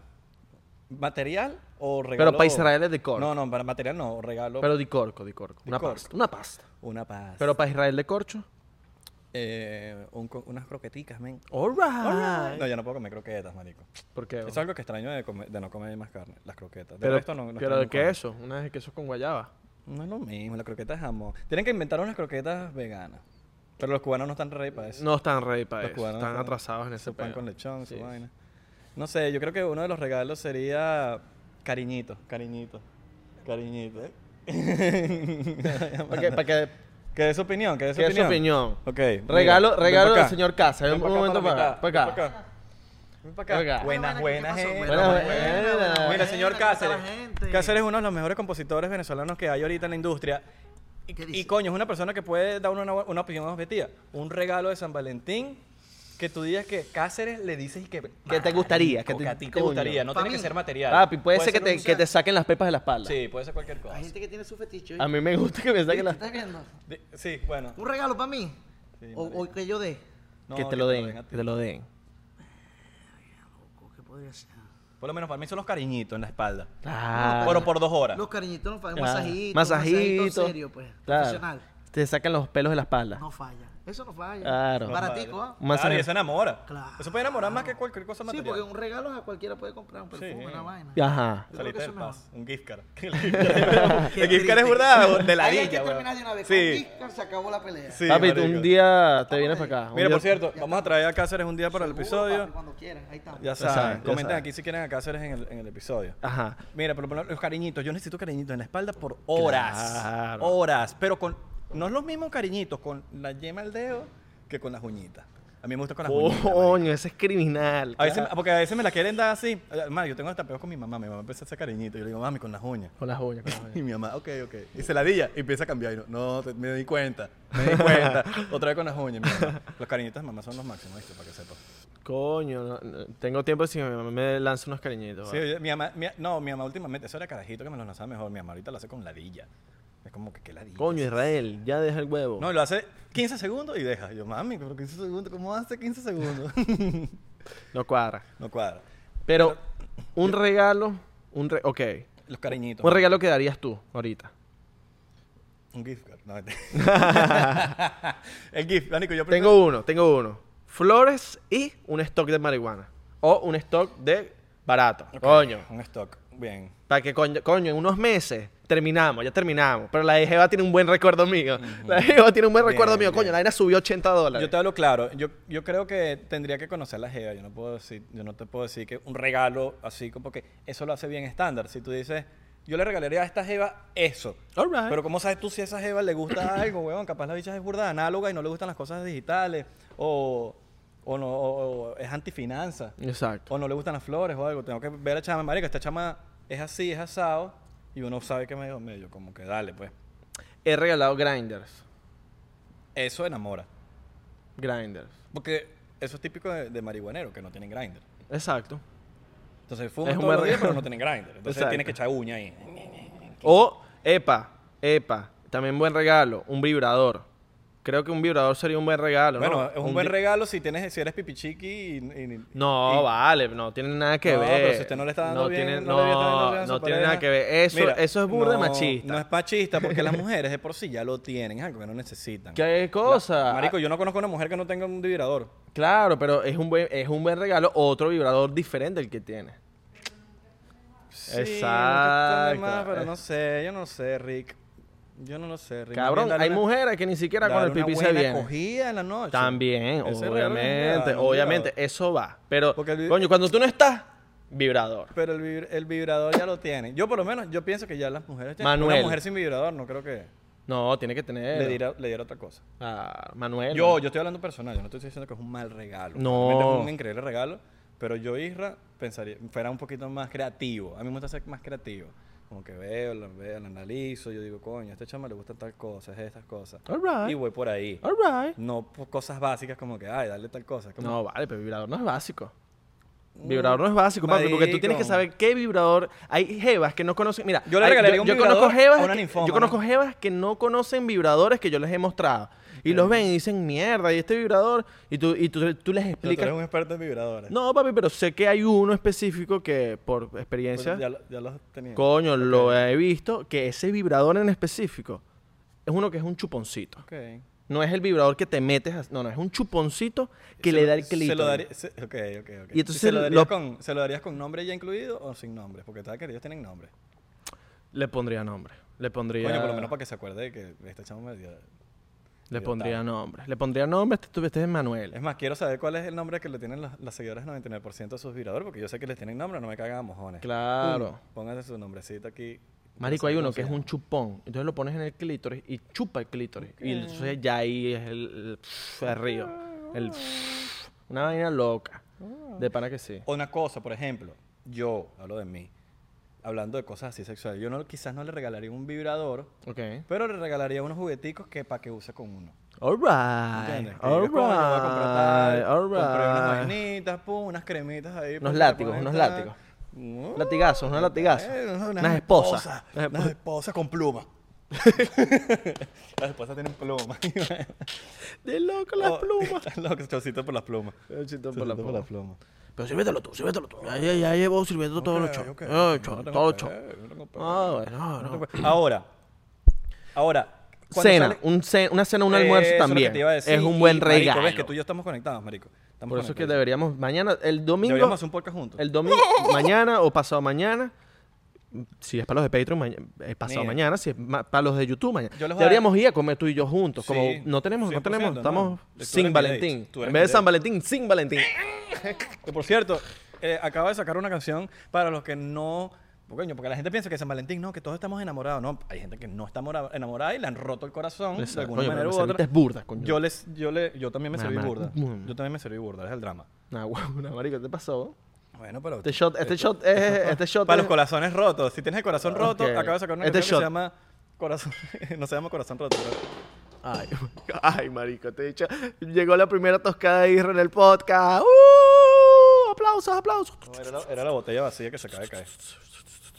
[SPEAKER 1] ¿Material o regalo?
[SPEAKER 2] Pero para Israel de Corco.
[SPEAKER 1] No, no, para material no. Regalo.
[SPEAKER 2] Pero de Corco, de Corco.
[SPEAKER 1] Di
[SPEAKER 2] Una
[SPEAKER 1] Corco.
[SPEAKER 2] pasta. Una pasta.
[SPEAKER 1] una paz.
[SPEAKER 2] Pero para Israel de Corcho.
[SPEAKER 1] Eh, un co- unas croqueticas, men.
[SPEAKER 2] All right.
[SPEAKER 1] No, yo no puedo comer croquetas, marico.
[SPEAKER 2] ¿Por qué?
[SPEAKER 1] Es algo que extraño de, comer- de no comer más carne, las croquetas. De
[SPEAKER 2] pero
[SPEAKER 1] resto no, no
[SPEAKER 2] pero
[SPEAKER 1] extraño
[SPEAKER 2] de
[SPEAKER 1] comer.
[SPEAKER 2] queso. Una vez de queso con guayaba.
[SPEAKER 1] No es lo mismo, la croqueta es jamón. Tienen que inventar unas croquetas veganas. Pero los cubanos no están ready para eso.
[SPEAKER 2] No están ready para
[SPEAKER 1] Los
[SPEAKER 2] eso.
[SPEAKER 1] cubanos
[SPEAKER 2] Pues, Están
[SPEAKER 1] están-
[SPEAKER 2] atrasados en ese
[SPEAKER 1] Su pan
[SPEAKER 2] pedo.
[SPEAKER 1] con lechón, su
[SPEAKER 2] Sí,
[SPEAKER 1] vaina. No sé, yo creo que uno de los regalos sería cariñito, cariñito, cariñito.
[SPEAKER 2] Para que, para que,
[SPEAKER 1] ¿Qué es su opinión? ¿Qué es su
[SPEAKER 2] que es su
[SPEAKER 1] opinión?
[SPEAKER 2] opinión.
[SPEAKER 1] Ok. mira,
[SPEAKER 2] Regalo,
[SPEAKER 1] ven
[SPEAKER 2] regalo
[SPEAKER 1] pa'
[SPEAKER 2] del
[SPEAKER 1] acá.
[SPEAKER 2] señor Casa.
[SPEAKER 1] Ven
[SPEAKER 2] Un
[SPEAKER 1] pa' acá,
[SPEAKER 2] momento
[SPEAKER 1] pa' la
[SPEAKER 2] para,
[SPEAKER 1] mitad,
[SPEAKER 2] para
[SPEAKER 1] ven pa'
[SPEAKER 2] acá.
[SPEAKER 1] Ven pa' acá.
[SPEAKER 2] Ven acá.
[SPEAKER 1] Buenas, buenas,
[SPEAKER 3] ¿qué pasó?
[SPEAKER 1] gente.
[SPEAKER 2] Buenas,
[SPEAKER 3] Buenas,
[SPEAKER 2] buenas.
[SPEAKER 3] buenas,
[SPEAKER 2] Mira,
[SPEAKER 1] Mira,
[SPEAKER 3] buenas,
[SPEAKER 1] señor
[SPEAKER 3] ¿qué pasa la
[SPEAKER 1] Cáceres.
[SPEAKER 3] gente?
[SPEAKER 1] Cáceres es uno de los mejores compositores venezolanos que hay ahorita en la industria. Y,
[SPEAKER 3] ¿Qué
[SPEAKER 1] y
[SPEAKER 3] dice?
[SPEAKER 1] coño, es una persona que puede dar una, una opinión objetiva. Un regalo de San Valentín que tú digas que Cáceres le dices y que.
[SPEAKER 2] Que te gustaría, que
[SPEAKER 1] Marico,
[SPEAKER 2] te-
[SPEAKER 1] a ti te
[SPEAKER 2] coño.
[SPEAKER 1] gustaría. No
[SPEAKER 3] Pa'
[SPEAKER 1] tiene que
[SPEAKER 3] mí.
[SPEAKER 1] ser material.
[SPEAKER 2] Papi, puede, ser que
[SPEAKER 1] un
[SPEAKER 2] te, que
[SPEAKER 1] saco.
[SPEAKER 2] te saquen las pepas de la espalda.
[SPEAKER 1] Sí, puede ser cualquier cosa.
[SPEAKER 3] Hay gente que tiene su fetiche.
[SPEAKER 2] A
[SPEAKER 3] ¿oíste?
[SPEAKER 2] mí me gusta que me saquen las...
[SPEAKER 3] ¿Estás viendo?
[SPEAKER 1] Di- Sí, bueno.
[SPEAKER 3] ¿Un regalo para mí?
[SPEAKER 1] Sí,
[SPEAKER 3] o, o que yo dé?
[SPEAKER 1] No,
[SPEAKER 2] que te lo den,
[SPEAKER 1] a ti.
[SPEAKER 2] que te lo den.
[SPEAKER 3] ¿Qué podría ser?
[SPEAKER 1] Por lo menos para mí son los cariñitos en la espalda.
[SPEAKER 2] Claro.
[SPEAKER 1] Pero por dos horas.
[SPEAKER 3] Los cariñitos no fallan.
[SPEAKER 2] Claro.
[SPEAKER 3] Masajito.
[SPEAKER 2] Masajito.
[SPEAKER 3] Masajito serio, pues.
[SPEAKER 2] Claro.
[SPEAKER 3] Profesional.
[SPEAKER 2] Te sacan los pelos de la espalda.
[SPEAKER 3] No falla. Eso no falla.
[SPEAKER 2] Claro. No
[SPEAKER 3] Baratico, ¿ah?
[SPEAKER 1] Claro,
[SPEAKER 2] Un masaje.
[SPEAKER 1] y eso enamora.
[SPEAKER 3] Claro.
[SPEAKER 1] Eso puede enamorar más que cualquier cosa
[SPEAKER 3] Sí,
[SPEAKER 1] material.
[SPEAKER 3] porque un regalo a cualquiera puede comprar. Un perfume,
[SPEAKER 1] Sí.
[SPEAKER 3] una vaina.
[SPEAKER 2] Ajá.
[SPEAKER 1] Saliste
[SPEAKER 3] Yo creo que
[SPEAKER 1] del
[SPEAKER 3] eso es
[SPEAKER 1] pas, un gift card. el gift card
[SPEAKER 3] triste.
[SPEAKER 1] es burda de la
[SPEAKER 3] Ahí hay que
[SPEAKER 1] weón.
[SPEAKER 3] terminar de una vez.
[SPEAKER 1] Sí.
[SPEAKER 3] Con Discord se acabó la pelea.
[SPEAKER 1] sí
[SPEAKER 2] Papi,
[SPEAKER 1] marico.
[SPEAKER 2] un día te vienes para acá. Un
[SPEAKER 1] Mira,
[SPEAKER 2] día-
[SPEAKER 1] por cierto, vamos a traer a Cáceres un día para el
[SPEAKER 3] Seguro,
[SPEAKER 1] episodio.
[SPEAKER 3] papi, cuando quieran. Ahí estamos.
[SPEAKER 1] Ya
[SPEAKER 2] saben,
[SPEAKER 1] saben,
[SPEAKER 2] ya
[SPEAKER 1] comenten
[SPEAKER 2] saben.
[SPEAKER 1] aquí si quieren a Cáceres en el, en el episodio.
[SPEAKER 2] Ajá.
[SPEAKER 1] Mira, pero por los cariñitos, yo necesito cariñitos en la espalda por horas.
[SPEAKER 2] Claro.
[SPEAKER 1] Horas. Pero con. No es los mismos cariñitos con la yema al dedo que con las uñitas. A mí me gusta con las uñitas. marico.
[SPEAKER 2] Coño, ese es criminal.
[SPEAKER 1] A veces,
[SPEAKER 2] claro.
[SPEAKER 1] porque a veces me la quieren dar así. Además, yo tengo hasta peor con mi mamá. Mi mamá empieza a hacer cariñito. Yo le digo, mami, con las uñas.
[SPEAKER 2] Con las uñas, con las uñas.
[SPEAKER 1] Y mi mamá, ok, ok. Y se la dilla y empieza a cambiar. Y no, no, te- me di cuenta. Me di cuenta. Otra vez con las uñas. mi mamá. Los cariñitos de mamá son los máximos, ¿viste? Para que sepas.
[SPEAKER 2] Coño, no- no, tengo tiempo si mi mamá me lanza unos cariñitos.
[SPEAKER 1] Sí,
[SPEAKER 2] ¿vale?
[SPEAKER 1] oye, mi mamá, mi- no, mi mamá últimamente, eso era carajito que me los lanzaba mejor. Mi mamá ahorita lo hace con ladilla. Es como que, ¿qué ladilla?
[SPEAKER 2] Coño, Israel, ya deja el huevo.
[SPEAKER 1] No, lo hace 15 segundos y deja. Yo, mami, pero 15 segundos, ¿cómo hace 15 segundos?
[SPEAKER 2] No cuadra.
[SPEAKER 1] no cuadra.
[SPEAKER 2] Pero un regalo, un re ok.
[SPEAKER 1] Los cariñitos.
[SPEAKER 2] Un regalo que darías tú ahorita.
[SPEAKER 1] Un gift card. No, mentira. el gift, Danico, yo primero-
[SPEAKER 2] Tengo uno, tengo uno. Flores y un stock de marihuana. O un stock de barato. Coño.
[SPEAKER 1] Un stock. Bien.
[SPEAKER 2] Para que coño, coño, en unos meses terminamos, ya terminamos. Pero la Jeva tiene un buen recuerdo mío. La Jeva tiene un buen
[SPEAKER 1] Bien,
[SPEAKER 2] recuerdo mío. Coño,
[SPEAKER 1] bien.
[SPEAKER 2] la vaina subió 80 dólares.
[SPEAKER 1] Yo te hablo claro. Yo, yo creo que tendría que conocer la jeva. Yo no puedo decir, yo no te puedo decir que un regalo así, como porque eso lo hace bien estándar. Si tú dices, yo le regalaría a esta jeva eso.
[SPEAKER 2] Alright.
[SPEAKER 1] Pero cómo sabes tú si a esa jeva le gusta algo, weón. Capaz la bicha es burda análoga y no le gustan las cosas digitales o, o no o- o es antifinanza
[SPEAKER 2] Exacto.
[SPEAKER 1] o no le gustan las flores o algo. Tengo que ver a chama, marica, esta chama es así, es asado y uno sabe que medio medio como que dale, pues.
[SPEAKER 2] He regalado grinders.
[SPEAKER 1] Eso enamora.
[SPEAKER 2] Grinders.
[SPEAKER 1] Porque eso es típico de, de marihuanero que no tienen grinder.
[SPEAKER 2] Exacto.
[SPEAKER 1] Entonces fuman
[SPEAKER 2] Es un
[SPEAKER 1] todos los
[SPEAKER 2] buen
[SPEAKER 1] días, pero
[SPEAKER 2] regalo.
[SPEAKER 1] no tienen grinder. Entonces
[SPEAKER 2] Exacto.
[SPEAKER 1] tienes que echar uña ahí.
[SPEAKER 2] O, epa, epa. También buen regalo. Un vibrador. Creo que un vibrador sería un buen regalo. ¿no?
[SPEAKER 1] Bueno, es un, buen
[SPEAKER 2] vi-
[SPEAKER 1] regalo si tienes, si eres pipichiqui y, y-
[SPEAKER 2] No,
[SPEAKER 1] y-
[SPEAKER 2] vale, no tiene nada que
[SPEAKER 1] No,
[SPEAKER 2] ver.
[SPEAKER 1] pero si usted no le está dando
[SPEAKER 2] no
[SPEAKER 1] bien,
[SPEAKER 2] tiene,
[SPEAKER 1] no, le está dando
[SPEAKER 2] no,
[SPEAKER 1] bien a su
[SPEAKER 2] no tiene
[SPEAKER 1] pareja.
[SPEAKER 2] nada que ver. Eso,
[SPEAKER 1] Mira,
[SPEAKER 2] eso es burda de
[SPEAKER 1] no,
[SPEAKER 2] machista.
[SPEAKER 1] No es machista, porque las mujeres de por sí ya lo tienen, es algo que no necesitan.
[SPEAKER 2] ¿Qué cosa?
[SPEAKER 1] Marico, yo no conozco una mujer que no tenga un vibrador.
[SPEAKER 2] Claro, pero es un buen, es un buen regalo, otro vibrador diferente al que tiene.
[SPEAKER 1] Sí, no te extraña
[SPEAKER 2] Exacto.
[SPEAKER 1] más, pero no sé, yo no sé, Rick. Yo no lo sé, Rick. Más bien
[SPEAKER 2] Cabrón,
[SPEAKER 1] dale
[SPEAKER 2] hay
[SPEAKER 1] una-
[SPEAKER 2] mujeres que ni siquiera con el
[SPEAKER 1] dale una
[SPEAKER 2] pipí se
[SPEAKER 1] buena
[SPEAKER 2] vienen.
[SPEAKER 1] acogida en la noche.
[SPEAKER 2] También,
[SPEAKER 1] Ese regalo es un
[SPEAKER 2] obviamente,
[SPEAKER 1] vibrador, un
[SPEAKER 2] obviamente,
[SPEAKER 1] vibrador.
[SPEAKER 2] eso va. Pero,
[SPEAKER 1] Porque el-
[SPEAKER 2] coño, cuando tú no estás, vibrador.
[SPEAKER 1] Pero el, vibr- el vibrador ya lo tienen. Yo por lo menos, yo pienso que ya las mujeres tienen.
[SPEAKER 2] Manuel.
[SPEAKER 1] Una mujer sin vibrador, no creo que
[SPEAKER 2] No, tiene que tener.
[SPEAKER 1] le diera, le diera otra cosa.
[SPEAKER 2] Ah, Manuel.
[SPEAKER 1] Yo, yo estoy hablando personal, yo no estoy diciendo que es un mal regalo.
[SPEAKER 2] No.
[SPEAKER 1] Realmente Es un increíble regalo, pero yo, Isra, pensaría, fuera un poquito más creativo. A mí me gusta ser más creativo. Como que veo, lo, veo, lo analizo, yo digo, coño, a este chama le gustan tal cosa, es estas cosas.
[SPEAKER 2] Alright.
[SPEAKER 1] Y voy por ahí.
[SPEAKER 2] Alright.
[SPEAKER 1] No por cosas básicas como que, ay, dale tal cosa. Como,
[SPEAKER 2] No, vale, pero vibrador no es básico. Vibrador no es básico, papi, porque tú
[SPEAKER 1] Marico.
[SPEAKER 2] tienes que saber qué vibrador. Hay jevas que no conocen. Mira,
[SPEAKER 1] Yo le
[SPEAKER 2] hay-
[SPEAKER 1] regalaría un vibrador
[SPEAKER 2] conozco jevas
[SPEAKER 1] a una
[SPEAKER 2] que-
[SPEAKER 1] ninfómana.
[SPEAKER 2] yo conozco jevas que no conocen vibradores que yo les he mostrado. Y los ven y dicen, mierda, y este vibrador. Y tú, y tú, tú
[SPEAKER 1] Pero
[SPEAKER 2] les
[SPEAKER 1] tú
[SPEAKER 2] explicas.
[SPEAKER 1] eres un experto en vibradores.
[SPEAKER 2] No, papi, pero sé que hay uno específico que, por
[SPEAKER 1] Pues
[SPEAKER 2] experiencia,
[SPEAKER 1] ya, lo- ya los tenía.
[SPEAKER 2] coño, lo he visto, que ese vibrador en específico es uno que es un chuponcito.
[SPEAKER 1] Ok.
[SPEAKER 2] No es el vibrador que te metes, a- no, no, es un chuponcito que
[SPEAKER 1] Se
[SPEAKER 2] le
[SPEAKER 1] lo-
[SPEAKER 2] da el clítoris.
[SPEAKER 1] Se lo daría, se- ok, ok, ok.
[SPEAKER 2] Y entonces
[SPEAKER 1] se lo,
[SPEAKER 2] lo-
[SPEAKER 1] darías con, ¿Se lo darías con nombre ya incluido o sin nombre? Porque sabes que ellos tienen nombre.
[SPEAKER 2] Le pondría nombre. Le pondría.
[SPEAKER 1] Coño, por lo menos para que se acuerde de que este chamo me dio- Yo
[SPEAKER 2] Le
[SPEAKER 1] Eh,
[SPEAKER 2] pondría nombre. Le pondría nombre. Este, tu- este es Manuel.
[SPEAKER 1] Es más, quiero saber cuál es el nombre que le tienen los, las seguidoras 99% de sus vibradores, porque yo sé que les tienen nombre, no me cagan a mojones.
[SPEAKER 2] Claro.
[SPEAKER 1] Pónganse su nombrecito aquí.
[SPEAKER 2] Marico,
[SPEAKER 1] No sé
[SPEAKER 2] hay
[SPEAKER 1] cómo
[SPEAKER 2] uno
[SPEAKER 1] se
[SPEAKER 2] que es
[SPEAKER 1] llama.
[SPEAKER 2] un chupón. Entonces lo pones en el clítoris y chupa el clítoris. Y entonces ya ahí es el, el, el río. El, una vaina loca.
[SPEAKER 1] Ah.
[SPEAKER 2] De pana que sí.
[SPEAKER 1] O Una cosa, por ejemplo, yo hablo de mí, hablando de cosas así sexuales. Yo no, quizás no le regalaría un vibrador,
[SPEAKER 2] Ok.
[SPEAKER 1] pero le regalaría unos jugueticos que para que use con uno.
[SPEAKER 2] Alright.
[SPEAKER 1] ¿Entiendes? Que digas,
[SPEAKER 2] Alright.
[SPEAKER 1] "Coño, voy a comprar tal, Compré unas
[SPEAKER 2] Alright.
[SPEAKER 1] vainitas, pum, unas cremitas ahí.
[SPEAKER 2] Unos
[SPEAKER 1] pum,
[SPEAKER 2] látigos,
[SPEAKER 1] le pones
[SPEAKER 2] unos
[SPEAKER 1] tal.
[SPEAKER 2] látigos.
[SPEAKER 1] Mm,
[SPEAKER 2] Latigazos, unos latigazos.
[SPEAKER 1] eh,
[SPEAKER 2] Unas esposas. Unas
[SPEAKER 1] Unas
[SPEAKER 2] esposas.
[SPEAKER 1] esposas con pluma. las esposas tienen pluma.
[SPEAKER 2] De loco las
[SPEAKER 1] Oh,
[SPEAKER 2] plumas.
[SPEAKER 1] están locos, chocito por las plumas.
[SPEAKER 2] Chito
[SPEAKER 1] Chocito
[SPEAKER 2] por la
[SPEAKER 1] por
[SPEAKER 2] pluma.
[SPEAKER 1] las plumas.
[SPEAKER 2] Pero sírvetelo tú, sírvetelo tú. Ya, ya, ya llevo sirviendo todos los
[SPEAKER 1] Ok,
[SPEAKER 2] chocos.
[SPEAKER 1] ok.
[SPEAKER 2] Eh,
[SPEAKER 1] No
[SPEAKER 2] cho-
[SPEAKER 1] tengo
[SPEAKER 2] Todos los
[SPEAKER 1] pe-
[SPEAKER 2] chocos.
[SPEAKER 1] no tengo pe-
[SPEAKER 2] Ah, bueno,
[SPEAKER 1] no
[SPEAKER 2] no.
[SPEAKER 1] tengo pe- Ahora, ahora. cuando
[SPEAKER 2] Cena,
[SPEAKER 1] sale- Eh,
[SPEAKER 2] un ce- una cena, un almuerzo
[SPEAKER 1] Eso es lo que
[SPEAKER 2] también.
[SPEAKER 1] te iba a decir,
[SPEAKER 2] es un
[SPEAKER 1] y,
[SPEAKER 2] buen
[SPEAKER 1] marico,
[SPEAKER 2] regalo.
[SPEAKER 1] ves que tú y yo estamos conectados, marico. Estamos
[SPEAKER 2] Por eso es que
[SPEAKER 1] conectados.
[SPEAKER 2] deberíamos mañana, el domingo,
[SPEAKER 1] Deberíamos hacer un podcast juntos.
[SPEAKER 2] el domingo, mañana o pasado mañana. Si es para los de Patreon, maña- eh, pasado
[SPEAKER 1] Mira.
[SPEAKER 2] mañana. Si es ma- para los de YouTube, mañana.
[SPEAKER 1] Yo les voy a-
[SPEAKER 2] Deberíamos ir a comer tú y yo juntos. Como
[SPEAKER 1] Sí,
[SPEAKER 2] no tenemos, no
[SPEAKER 1] 100%,
[SPEAKER 2] tenemos,
[SPEAKER 1] ¿no?
[SPEAKER 2] estamos
[SPEAKER 1] Tú eres
[SPEAKER 2] sin
[SPEAKER 1] mi
[SPEAKER 2] Valentín.
[SPEAKER 1] date, tú eres
[SPEAKER 2] En
[SPEAKER 1] mi
[SPEAKER 2] vez de San
[SPEAKER 1] date.
[SPEAKER 2] Valentín, sin Valentín.
[SPEAKER 1] Que por cierto, eh, acaba de sacar una canción para los que no Porque, coño, porque la gente piensa que San Valentín, no, que todos estamos enamorados. No, hay gente que no está mora- enamorada y le han roto el corazón de
[SPEAKER 2] Exacto,
[SPEAKER 1] alguna
[SPEAKER 2] coño, pero
[SPEAKER 1] manera
[SPEAKER 2] me
[SPEAKER 1] u
[SPEAKER 2] serviste
[SPEAKER 1] otra.
[SPEAKER 2] es burda, coño.
[SPEAKER 1] Yo, les, yo, le, yo también me
[SPEAKER 2] Mamá.
[SPEAKER 1] serví burda.
[SPEAKER 2] Mm.
[SPEAKER 1] Yo también me serví burda, es el drama.
[SPEAKER 2] Nah, huevona, marico, ¿qué te pasó?
[SPEAKER 1] Bueno, pero...
[SPEAKER 2] Este shot, este shot, es, este shot
[SPEAKER 1] Para
[SPEAKER 2] es-
[SPEAKER 1] los corazones rotos. Si tienes el corazón roto,
[SPEAKER 2] Ok.
[SPEAKER 1] acabo de sacar una
[SPEAKER 2] Este
[SPEAKER 1] canción que
[SPEAKER 2] shot.
[SPEAKER 1] se llama... Corazón... no se llama corazón roto. pero-
[SPEAKER 2] Ay, ay, marico, te he dicho. Llegó la primera toscada de Isra en el podcast. ¡Uh! Aplausos, aplausos.
[SPEAKER 1] No, era, la, era la botella vacía que se acaba de caer.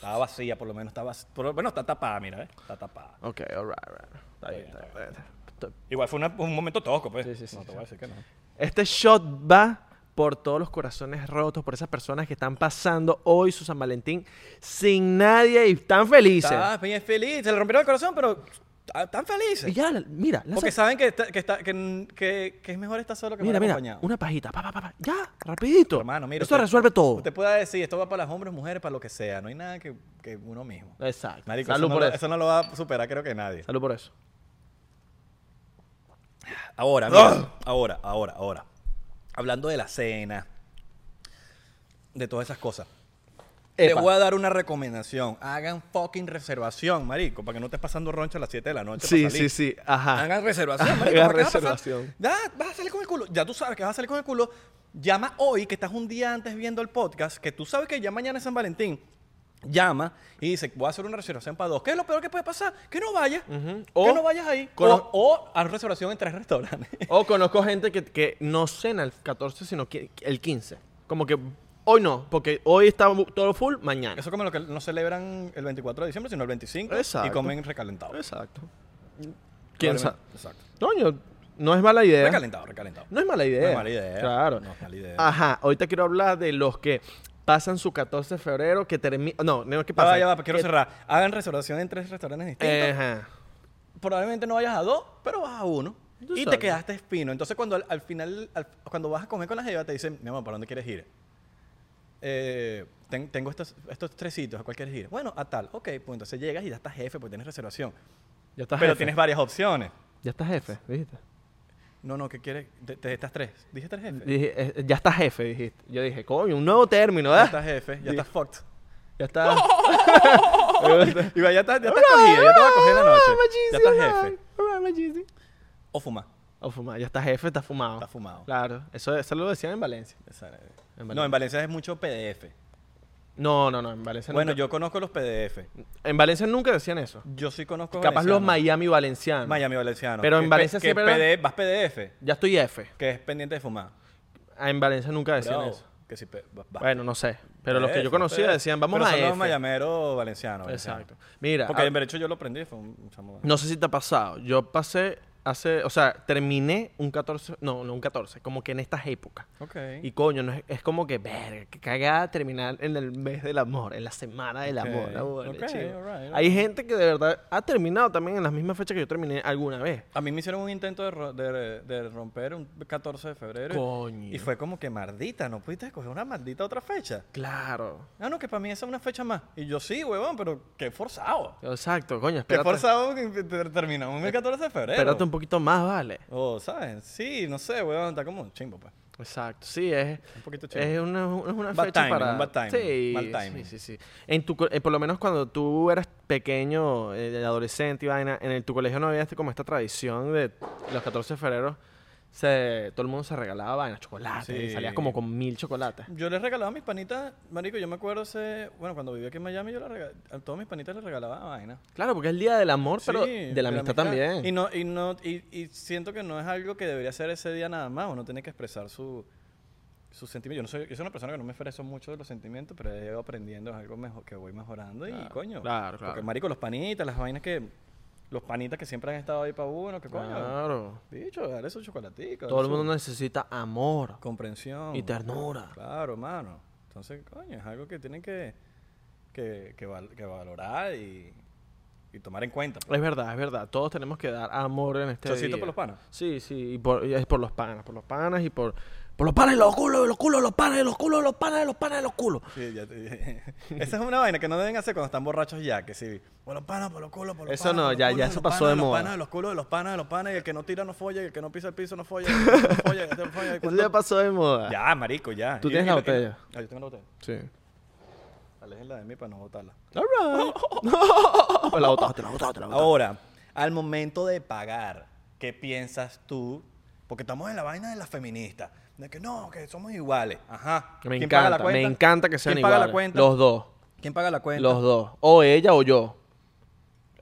[SPEAKER 1] Estaba vacía, por lo menos. Estaba, por- bueno, está tapada, mira, ¿eh? Está tapada.
[SPEAKER 2] Ok, alright, alright. Está bien, está bien, está bien.
[SPEAKER 1] Igual fue una- un momento tosco, pues.
[SPEAKER 2] Sí, sí, sí,
[SPEAKER 1] no te
[SPEAKER 2] sí.
[SPEAKER 1] voy a decir que no.
[SPEAKER 2] Este shot va por todos los corazones rotos, por esas personas que están pasando hoy su San Valentín sin nadie y están felices.
[SPEAKER 1] Estaba bien feliz. Se le rompieron el corazón, pero ta- tan
[SPEAKER 2] Y
[SPEAKER 1] felices.
[SPEAKER 2] ya, la- mira, la
[SPEAKER 1] Porque
[SPEAKER 2] sa-
[SPEAKER 1] saben que, está- que, está- que, que- que es mejor estar solo que
[SPEAKER 2] mira,
[SPEAKER 1] mal
[SPEAKER 2] mira,
[SPEAKER 1] acompañado.
[SPEAKER 2] una pajita, pa, pa, pa, pa, ya, rapidito.
[SPEAKER 1] Hermano, mira,
[SPEAKER 2] Esto
[SPEAKER 1] usted-
[SPEAKER 2] resuelve todo.
[SPEAKER 1] Usted pueda decir, esto va para los hombres, mujeres, para lo que sea. No hay nada que, que uno mismo.
[SPEAKER 2] Exacto.
[SPEAKER 1] Marico,
[SPEAKER 2] Salud
[SPEAKER 1] eso, no
[SPEAKER 2] por
[SPEAKER 1] lo-
[SPEAKER 2] eso.
[SPEAKER 1] eso no lo va a superar creo que nadie.
[SPEAKER 2] Salud por eso.
[SPEAKER 1] Ahora,
[SPEAKER 2] Ah.
[SPEAKER 1] mira, ahora, ahora, ahora. Hablando de la cena, de todas esas cosas. Te
[SPEAKER 2] Epa.
[SPEAKER 1] voy a dar una recomendación. Hagan fucking reservación, marico, para que no estés pasando roncha a las 7 de la noche.
[SPEAKER 2] Sí,
[SPEAKER 1] para salir.
[SPEAKER 2] sí, sí, ajá.
[SPEAKER 1] Hagan reservación, marico.
[SPEAKER 2] Hagan
[SPEAKER 1] ¿para qué vas a pasar?
[SPEAKER 2] Ah. reservación.
[SPEAKER 1] Ya, vas a salir con el culo. Ya tú sabes que vas a salir con el culo. Llama hoy, que estás un día antes viendo el podcast, que tú sabes que ya mañana es San Valentín. Llama y dice, voy a hacer una reservación para dos. ¿Qué es lo peor que puede pasar? Que no vayas.
[SPEAKER 2] O-
[SPEAKER 1] que no vayas ahí.
[SPEAKER 2] con-
[SPEAKER 1] O, o haz reservación en tres restaurantes.
[SPEAKER 2] O conozco gente que, que no cena el 14, sino que- el 15. Como que hoy no, porque hoy está mu- todo full, mañana.
[SPEAKER 1] Eso como lo que no celebran el 24 de diciembre, sino el 25 y
[SPEAKER 2] Exacto.
[SPEAKER 1] comen recalentado.
[SPEAKER 2] Exacto. ¿Quién sabe?
[SPEAKER 1] Exacto.
[SPEAKER 2] Coño, no es mala idea.
[SPEAKER 1] Recalentado, recalentado.
[SPEAKER 2] No es mala idea.
[SPEAKER 1] No es mala idea.
[SPEAKER 2] Claro. Ah,
[SPEAKER 1] No es mala idea.
[SPEAKER 2] Ajá, ahorita quiero hablar de los que pasan su 14 de febrero, que termina... No, no, ¿qué
[SPEAKER 1] Ya
[SPEAKER 2] pasa? Eh,
[SPEAKER 1] va, ya va, quiero
[SPEAKER 2] Que-
[SPEAKER 1] cerrar. Hagan reservación en tres restaurantes distintos.
[SPEAKER 2] Ajá.
[SPEAKER 1] Probablemente no vayas a dos, pero vas a uno.
[SPEAKER 2] Tú
[SPEAKER 1] y
[SPEAKER 2] sabes.
[SPEAKER 1] te quedaste espino. Entonces, cuando al, al final, al- cuando vas a comer con la jeva, te dicen, mi amor, ¿para dónde quieres ir? Eh, ten- tengo estos, estos tres sitios, ¿a cuál quieres ir? Bueno, a tal. Ok, pues entonces llegas y ya estás jefe, pues tienes reservación.
[SPEAKER 2] Ya estás
[SPEAKER 1] pero
[SPEAKER 2] jefe.
[SPEAKER 1] tienes varias opciones.
[SPEAKER 2] Ya estás jefe, dijiste.
[SPEAKER 1] No, no, ¿qué quieres? De, de estas tres. Dije tres jefes.
[SPEAKER 2] Dije, eh, ya estás jefe, dijiste. Yo dije, coño, un nuevo término,
[SPEAKER 1] Ya
[SPEAKER 2] ¿verdad?
[SPEAKER 1] estás jefe, ya
[SPEAKER 2] ¿Ah? Di-
[SPEAKER 1] estás fucked.
[SPEAKER 2] Ya está.
[SPEAKER 1] Igual ya estás, ya estás cogida, ya te vas a
[SPEAKER 2] Ah,
[SPEAKER 1] coger la noche. Ya estás jefe.
[SPEAKER 2] jefe.
[SPEAKER 1] O fuma.
[SPEAKER 2] O fumar, ya está jefe, está fumado.
[SPEAKER 1] Está fumado.
[SPEAKER 2] Claro, eso, eso lo decían en Valencia.
[SPEAKER 1] Esa era-
[SPEAKER 2] En
[SPEAKER 1] no, en Valencia es mucho PDF.
[SPEAKER 2] No, no, no, en Valencia
[SPEAKER 1] Bueno,
[SPEAKER 2] nunca-
[SPEAKER 1] yo conozco los PDF.
[SPEAKER 2] En Valencia nunca decían eso.
[SPEAKER 1] Yo sí conozco
[SPEAKER 2] Capaz los
[SPEAKER 1] valencianos.
[SPEAKER 2] Miami valencianos.
[SPEAKER 1] Miami valenciano.
[SPEAKER 2] Pero en
[SPEAKER 1] Que-
[SPEAKER 2] Valencia
[SPEAKER 1] que
[SPEAKER 2] siempre
[SPEAKER 1] PD vas PDF,
[SPEAKER 2] Ya estoy jefe.
[SPEAKER 1] que es pendiente de fumar.
[SPEAKER 2] Ah, En Valencia nunca decían
[SPEAKER 1] Bro,
[SPEAKER 2] eso.
[SPEAKER 1] que si pe- va- va-
[SPEAKER 2] Bueno, no sé. Pero los que
[SPEAKER 1] PDF,
[SPEAKER 2] yo conocía
[SPEAKER 1] PDF.
[SPEAKER 2] decían, vamos
[SPEAKER 1] Pero
[SPEAKER 2] a
[SPEAKER 1] son
[SPEAKER 2] F.
[SPEAKER 1] los mayameros valencianos. valencianos.
[SPEAKER 2] Exacto. Mira,
[SPEAKER 1] Porque
[SPEAKER 2] ah,
[SPEAKER 1] en derecho yo lo aprendí, fue un chamo-
[SPEAKER 2] no sé si te ha pasado. Yo pasé hace, o sea, terminé un 14, no, no un 14, como que en estas épocas.
[SPEAKER 1] Ok.
[SPEAKER 2] Y coño, no es, es como que, verga, que cagada terminar en el mes del amor, en la semana del
[SPEAKER 1] Ok,
[SPEAKER 2] amor. la bola,
[SPEAKER 1] ok,
[SPEAKER 2] chico.
[SPEAKER 1] alright,
[SPEAKER 2] Hay gente que de verdad ha terminado también en las mismas fechas que yo terminé alguna vez.
[SPEAKER 1] A mí me hicieron un intento de, ro- de- de romper un 14 de febrero. y-
[SPEAKER 2] Coño.
[SPEAKER 1] Y fue como que maldita, no pudiste escoger una maldita otra fecha.
[SPEAKER 2] Claro.
[SPEAKER 1] Ah, no, que para mí esa es una fecha más. Y yo sí, huevón, pero qué forzado.
[SPEAKER 2] Exacto, coño,
[SPEAKER 1] Qué
[SPEAKER 2] espérate. Eh,
[SPEAKER 1] forzado que te- terminamos el 14 de febrero.
[SPEAKER 2] Espérate un poquito más, vale.
[SPEAKER 1] Oh, ¿sabes? Sí, no sé, weón, está como un chimbo, pues.
[SPEAKER 2] Exacto, sí, es,
[SPEAKER 1] Un poquito chido.
[SPEAKER 2] es una, es una
[SPEAKER 1] Bad
[SPEAKER 2] fecha
[SPEAKER 1] timing,
[SPEAKER 2] para...
[SPEAKER 1] un bad timing,
[SPEAKER 2] Sí,
[SPEAKER 1] mal
[SPEAKER 2] sí,
[SPEAKER 1] timing.
[SPEAKER 2] sí, sí. En tu, co- eh, por lo menos cuando tú eras pequeño, eh, adolescente y vaina, en el- tu colegio no había este- como esta tradición de los 14 de febrero, se, todo el mundo se regalaba vainas, chocolates, y
[SPEAKER 1] Sí.
[SPEAKER 2] salías como con mil chocolates.
[SPEAKER 1] Yo les regalaba a mis panitas, marico, yo me acuerdo hace... Bueno, cuando vivía aquí en Miami, yo le rega- a todos mis panitas les regalaba vaina.
[SPEAKER 2] Claro, porque es el día del amor, pero
[SPEAKER 1] Sí,
[SPEAKER 2] de la amistad también.
[SPEAKER 1] Y, no, y, no, y, y siento que no es algo que debería ser ese día nada más. Uno tiene que expresar su, sus sentimientos. Yo, no soy, yo soy una persona que no me expreso mucho de los sentimientos, pero he ido aprendiendo, es algo mejor, que voy mejorando. y coño,
[SPEAKER 2] claro, claro.
[SPEAKER 1] porque marico, los panitas, las vainas que... Los panitas que siempre han estado ahí para uno, que coño.
[SPEAKER 2] Claro.
[SPEAKER 1] Bicho, dale su chocolatico.
[SPEAKER 2] Todo
[SPEAKER 1] dale
[SPEAKER 2] el
[SPEAKER 1] su-
[SPEAKER 2] mundo necesita amor
[SPEAKER 1] comprensión.
[SPEAKER 2] y ternura.
[SPEAKER 1] Claro, mano. Entonces, coño, es algo que tienen que, que, que, val- que valorar y, y tomar en cuenta. pues.
[SPEAKER 2] Es verdad, es verdad. Todos tenemos que dar amor en este
[SPEAKER 1] Chocito
[SPEAKER 2] día.
[SPEAKER 1] por los panas.
[SPEAKER 2] Sí, sí, y por, y es por los panas, por los panas y por... Por los panes, los culos, los culos, los panes, los culos, los panes, los panes, los culos.
[SPEAKER 1] Sí, ya te- Esa es una vaina que no deben hacer cuando están borrachos ya, que si por los panas, por los culos, por los
[SPEAKER 2] Eso
[SPEAKER 1] panas,
[SPEAKER 2] no,
[SPEAKER 1] por los
[SPEAKER 2] ya-
[SPEAKER 1] culos,
[SPEAKER 2] ya
[SPEAKER 1] por
[SPEAKER 2] eso
[SPEAKER 1] los
[SPEAKER 2] pasó
[SPEAKER 1] panas,
[SPEAKER 2] de
[SPEAKER 1] los
[SPEAKER 2] moda.
[SPEAKER 1] panas, los culos de los panas, de los panas, y el que no tira no folla, y el que no pisa el piso no folla, y el que no folla, y el que no folla. y
[SPEAKER 2] Eso
[SPEAKER 1] cuando-
[SPEAKER 2] ya pasó de moda.
[SPEAKER 1] Ya, marico, ya.
[SPEAKER 2] Tú
[SPEAKER 1] Y-
[SPEAKER 2] tienes
[SPEAKER 1] y
[SPEAKER 2] la
[SPEAKER 1] lo que-
[SPEAKER 2] botella.
[SPEAKER 1] Ah, yo tengo la botella.
[SPEAKER 2] Sí.
[SPEAKER 1] Aléjenla de mí para no botarla.
[SPEAKER 2] All right.
[SPEAKER 1] Pues
[SPEAKER 2] la botaste, la botaste, la botaste.
[SPEAKER 1] Ahora, al momento de pagar, ¿qué piensas tú? Porque estamos en la vaina de las feministas. De que no, que somos iguales. Ajá.
[SPEAKER 2] Me
[SPEAKER 1] ¿Quién paga la
[SPEAKER 2] encanta, me
[SPEAKER 1] cuenta?
[SPEAKER 2] encanta que sean
[SPEAKER 1] ¿Quién paga
[SPEAKER 2] iguales.
[SPEAKER 1] la cuenta?
[SPEAKER 2] Los dos,
[SPEAKER 1] ¿Quién paga la cuenta?
[SPEAKER 2] los dos. O ella o yo.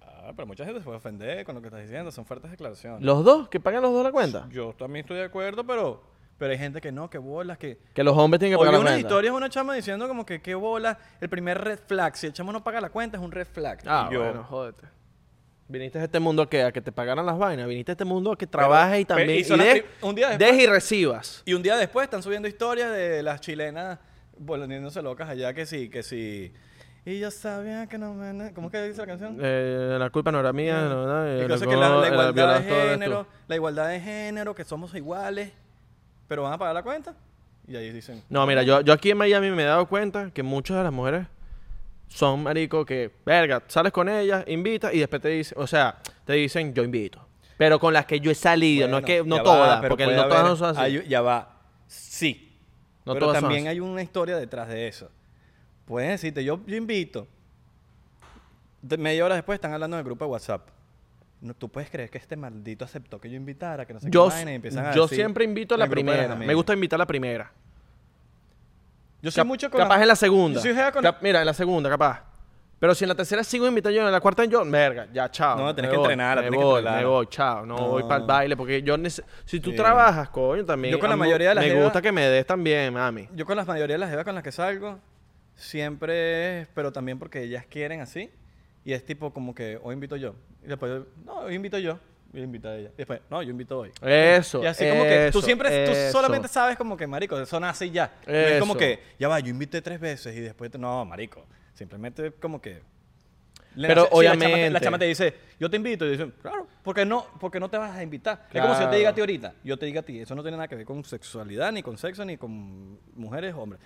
[SPEAKER 1] Ah, pero mucha gente se puede ofender con lo que estás diciendo. Son fuertes declaraciones.
[SPEAKER 2] ¿Los dos? ¿Que pagan los dos la cuenta?
[SPEAKER 1] Yo también estoy de acuerdo, pero, pero hay gente que no, que bolas, que...
[SPEAKER 2] Que los hombres tienen que
[SPEAKER 1] Oye,
[SPEAKER 2] pagar la
[SPEAKER 1] unas
[SPEAKER 2] cuenta.
[SPEAKER 1] historias de una chama diciendo como que qué bola, el primer red flag. Si el chamo no paga la cuenta, es un red flag.
[SPEAKER 2] Ah,
[SPEAKER 1] Y yo,
[SPEAKER 2] bueno, jódete. Viniste a este mundo a que, a que te pagaran las vainas. Viniste a este mundo a que
[SPEAKER 1] Pero- pues,
[SPEAKER 2] trabajes y
[SPEAKER 1] pero-
[SPEAKER 2] también
[SPEAKER 1] y son
[SPEAKER 2] y
[SPEAKER 1] las
[SPEAKER 2] des-
[SPEAKER 1] prim- un día
[SPEAKER 2] des
[SPEAKER 1] después-
[SPEAKER 2] y recibas.
[SPEAKER 1] Y un día después están subiendo historias de las chilenas volviéndose locas allá, que sí, que sí. Y yo sabía que no me... ¿Cómo es que dice la canción?
[SPEAKER 2] Eh, la culpa no era mía. no, no,
[SPEAKER 1] Y
[SPEAKER 2] eh,
[SPEAKER 1] cosas
[SPEAKER 2] no,
[SPEAKER 1] Mm. que la, la
[SPEAKER 2] eh,
[SPEAKER 1] igualdad
[SPEAKER 2] violador
[SPEAKER 1] de
[SPEAKER 2] eres tú.
[SPEAKER 1] género, la igualdad de género, que somos iguales, pero van a pagar la cuenta. Y ahí dicen,
[SPEAKER 2] No, mira, yo, yo aquí en Miami me he dado cuenta que muchas de las mujeres son marico que, verga, sales con ellas, invitas y después te dicen, o sea, te dicen yo invito. Pero con las que yo he salido, no es que,
[SPEAKER 1] Bueno,
[SPEAKER 2] no
[SPEAKER 1] ya va,
[SPEAKER 2] todas,
[SPEAKER 1] pero
[SPEAKER 2] porque
[SPEAKER 1] puede
[SPEAKER 2] no todas
[SPEAKER 1] haber-
[SPEAKER 2] no son así.
[SPEAKER 1] hay- ya va. Sí.
[SPEAKER 2] No
[SPEAKER 1] pero
[SPEAKER 2] todas son
[SPEAKER 1] también
[SPEAKER 2] así.
[SPEAKER 1] hay una historia detrás de eso. Pueden decirte, yo, yo invito. De- media hora después están hablando en el grupo de WhatsApp. No, Tú puedes creer que este maldito aceptó que yo invitara, que no sé
[SPEAKER 2] yo
[SPEAKER 1] qué vaina, y empiezan a
[SPEAKER 2] yo
[SPEAKER 1] decir
[SPEAKER 2] siempre invito a
[SPEAKER 1] en
[SPEAKER 2] la
[SPEAKER 1] el grupo de las
[SPEAKER 2] primera. Me
[SPEAKER 1] amigas.
[SPEAKER 2] gusta invitar a la primera.
[SPEAKER 1] Yo soy
[SPEAKER 2] Cap-
[SPEAKER 1] mucho con
[SPEAKER 2] capaz en la segunda.
[SPEAKER 1] Yo soy jeva con-
[SPEAKER 2] Cap- mira, en la segunda, capaz. Pero si en la tercera sigo invitando yo, en la cuarta yo, verga, ya, chao.
[SPEAKER 1] No, tenés
[SPEAKER 2] me
[SPEAKER 1] que
[SPEAKER 2] voy,
[SPEAKER 1] entrenarla,
[SPEAKER 2] Me
[SPEAKER 1] tenés que
[SPEAKER 2] voy, me
[SPEAKER 1] entrenarla.
[SPEAKER 2] voy, chao. No,
[SPEAKER 1] No.
[SPEAKER 2] voy para el baile, porque yo neces- Si tú
[SPEAKER 1] Sí.
[SPEAKER 2] trabajas, coño, también.
[SPEAKER 1] Yo con la
[SPEAKER 2] a mí
[SPEAKER 1] mayoría de las
[SPEAKER 2] Me
[SPEAKER 1] jevas-
[SPEAKER 2] gusta que me des también, mami.
[SPEAKER 1] Yo con la mayoría de las jevas con las que salgo, siempre es, pero también porque ellas quieren así. Y es tipo como que, hoy invito yo. Y después, no, hoy invito yo. Y invita a ella. Y después, no, yo invito hoy.
[SPEAKER 2] Eso.
[SPEAKER 1] Y así como que tú
[SPEAKER 2] eso,
[SPEAKER 1] siempre, tú
[SPEAKER 2] eso.
[SPEAKER 1] solamente sabes como que, marico, son así y ya. No es como
[SPEAKER 2] Eso.
[SPEAKER 1] que, ya va, yo invité tres veces y después, te- no, marico. Simplemente como que... le-
[SPEAKER 2] Pero
[SPEAKER 1] si la chama te- La chama,
[SPEAKER 2] obviamente-
[SPEAKER 1] te dice, yo te invito. Y dicen, claro, porque no, porque no te vas a invitar. Es como si yo
[SPEAKER 2] Claro.
[SPEAKER 1] te diga a ti ahorita, yo te diga a ti, eso no tiene nada que ver con sexualidad, ni con sexo, ni con mujeres, hombres.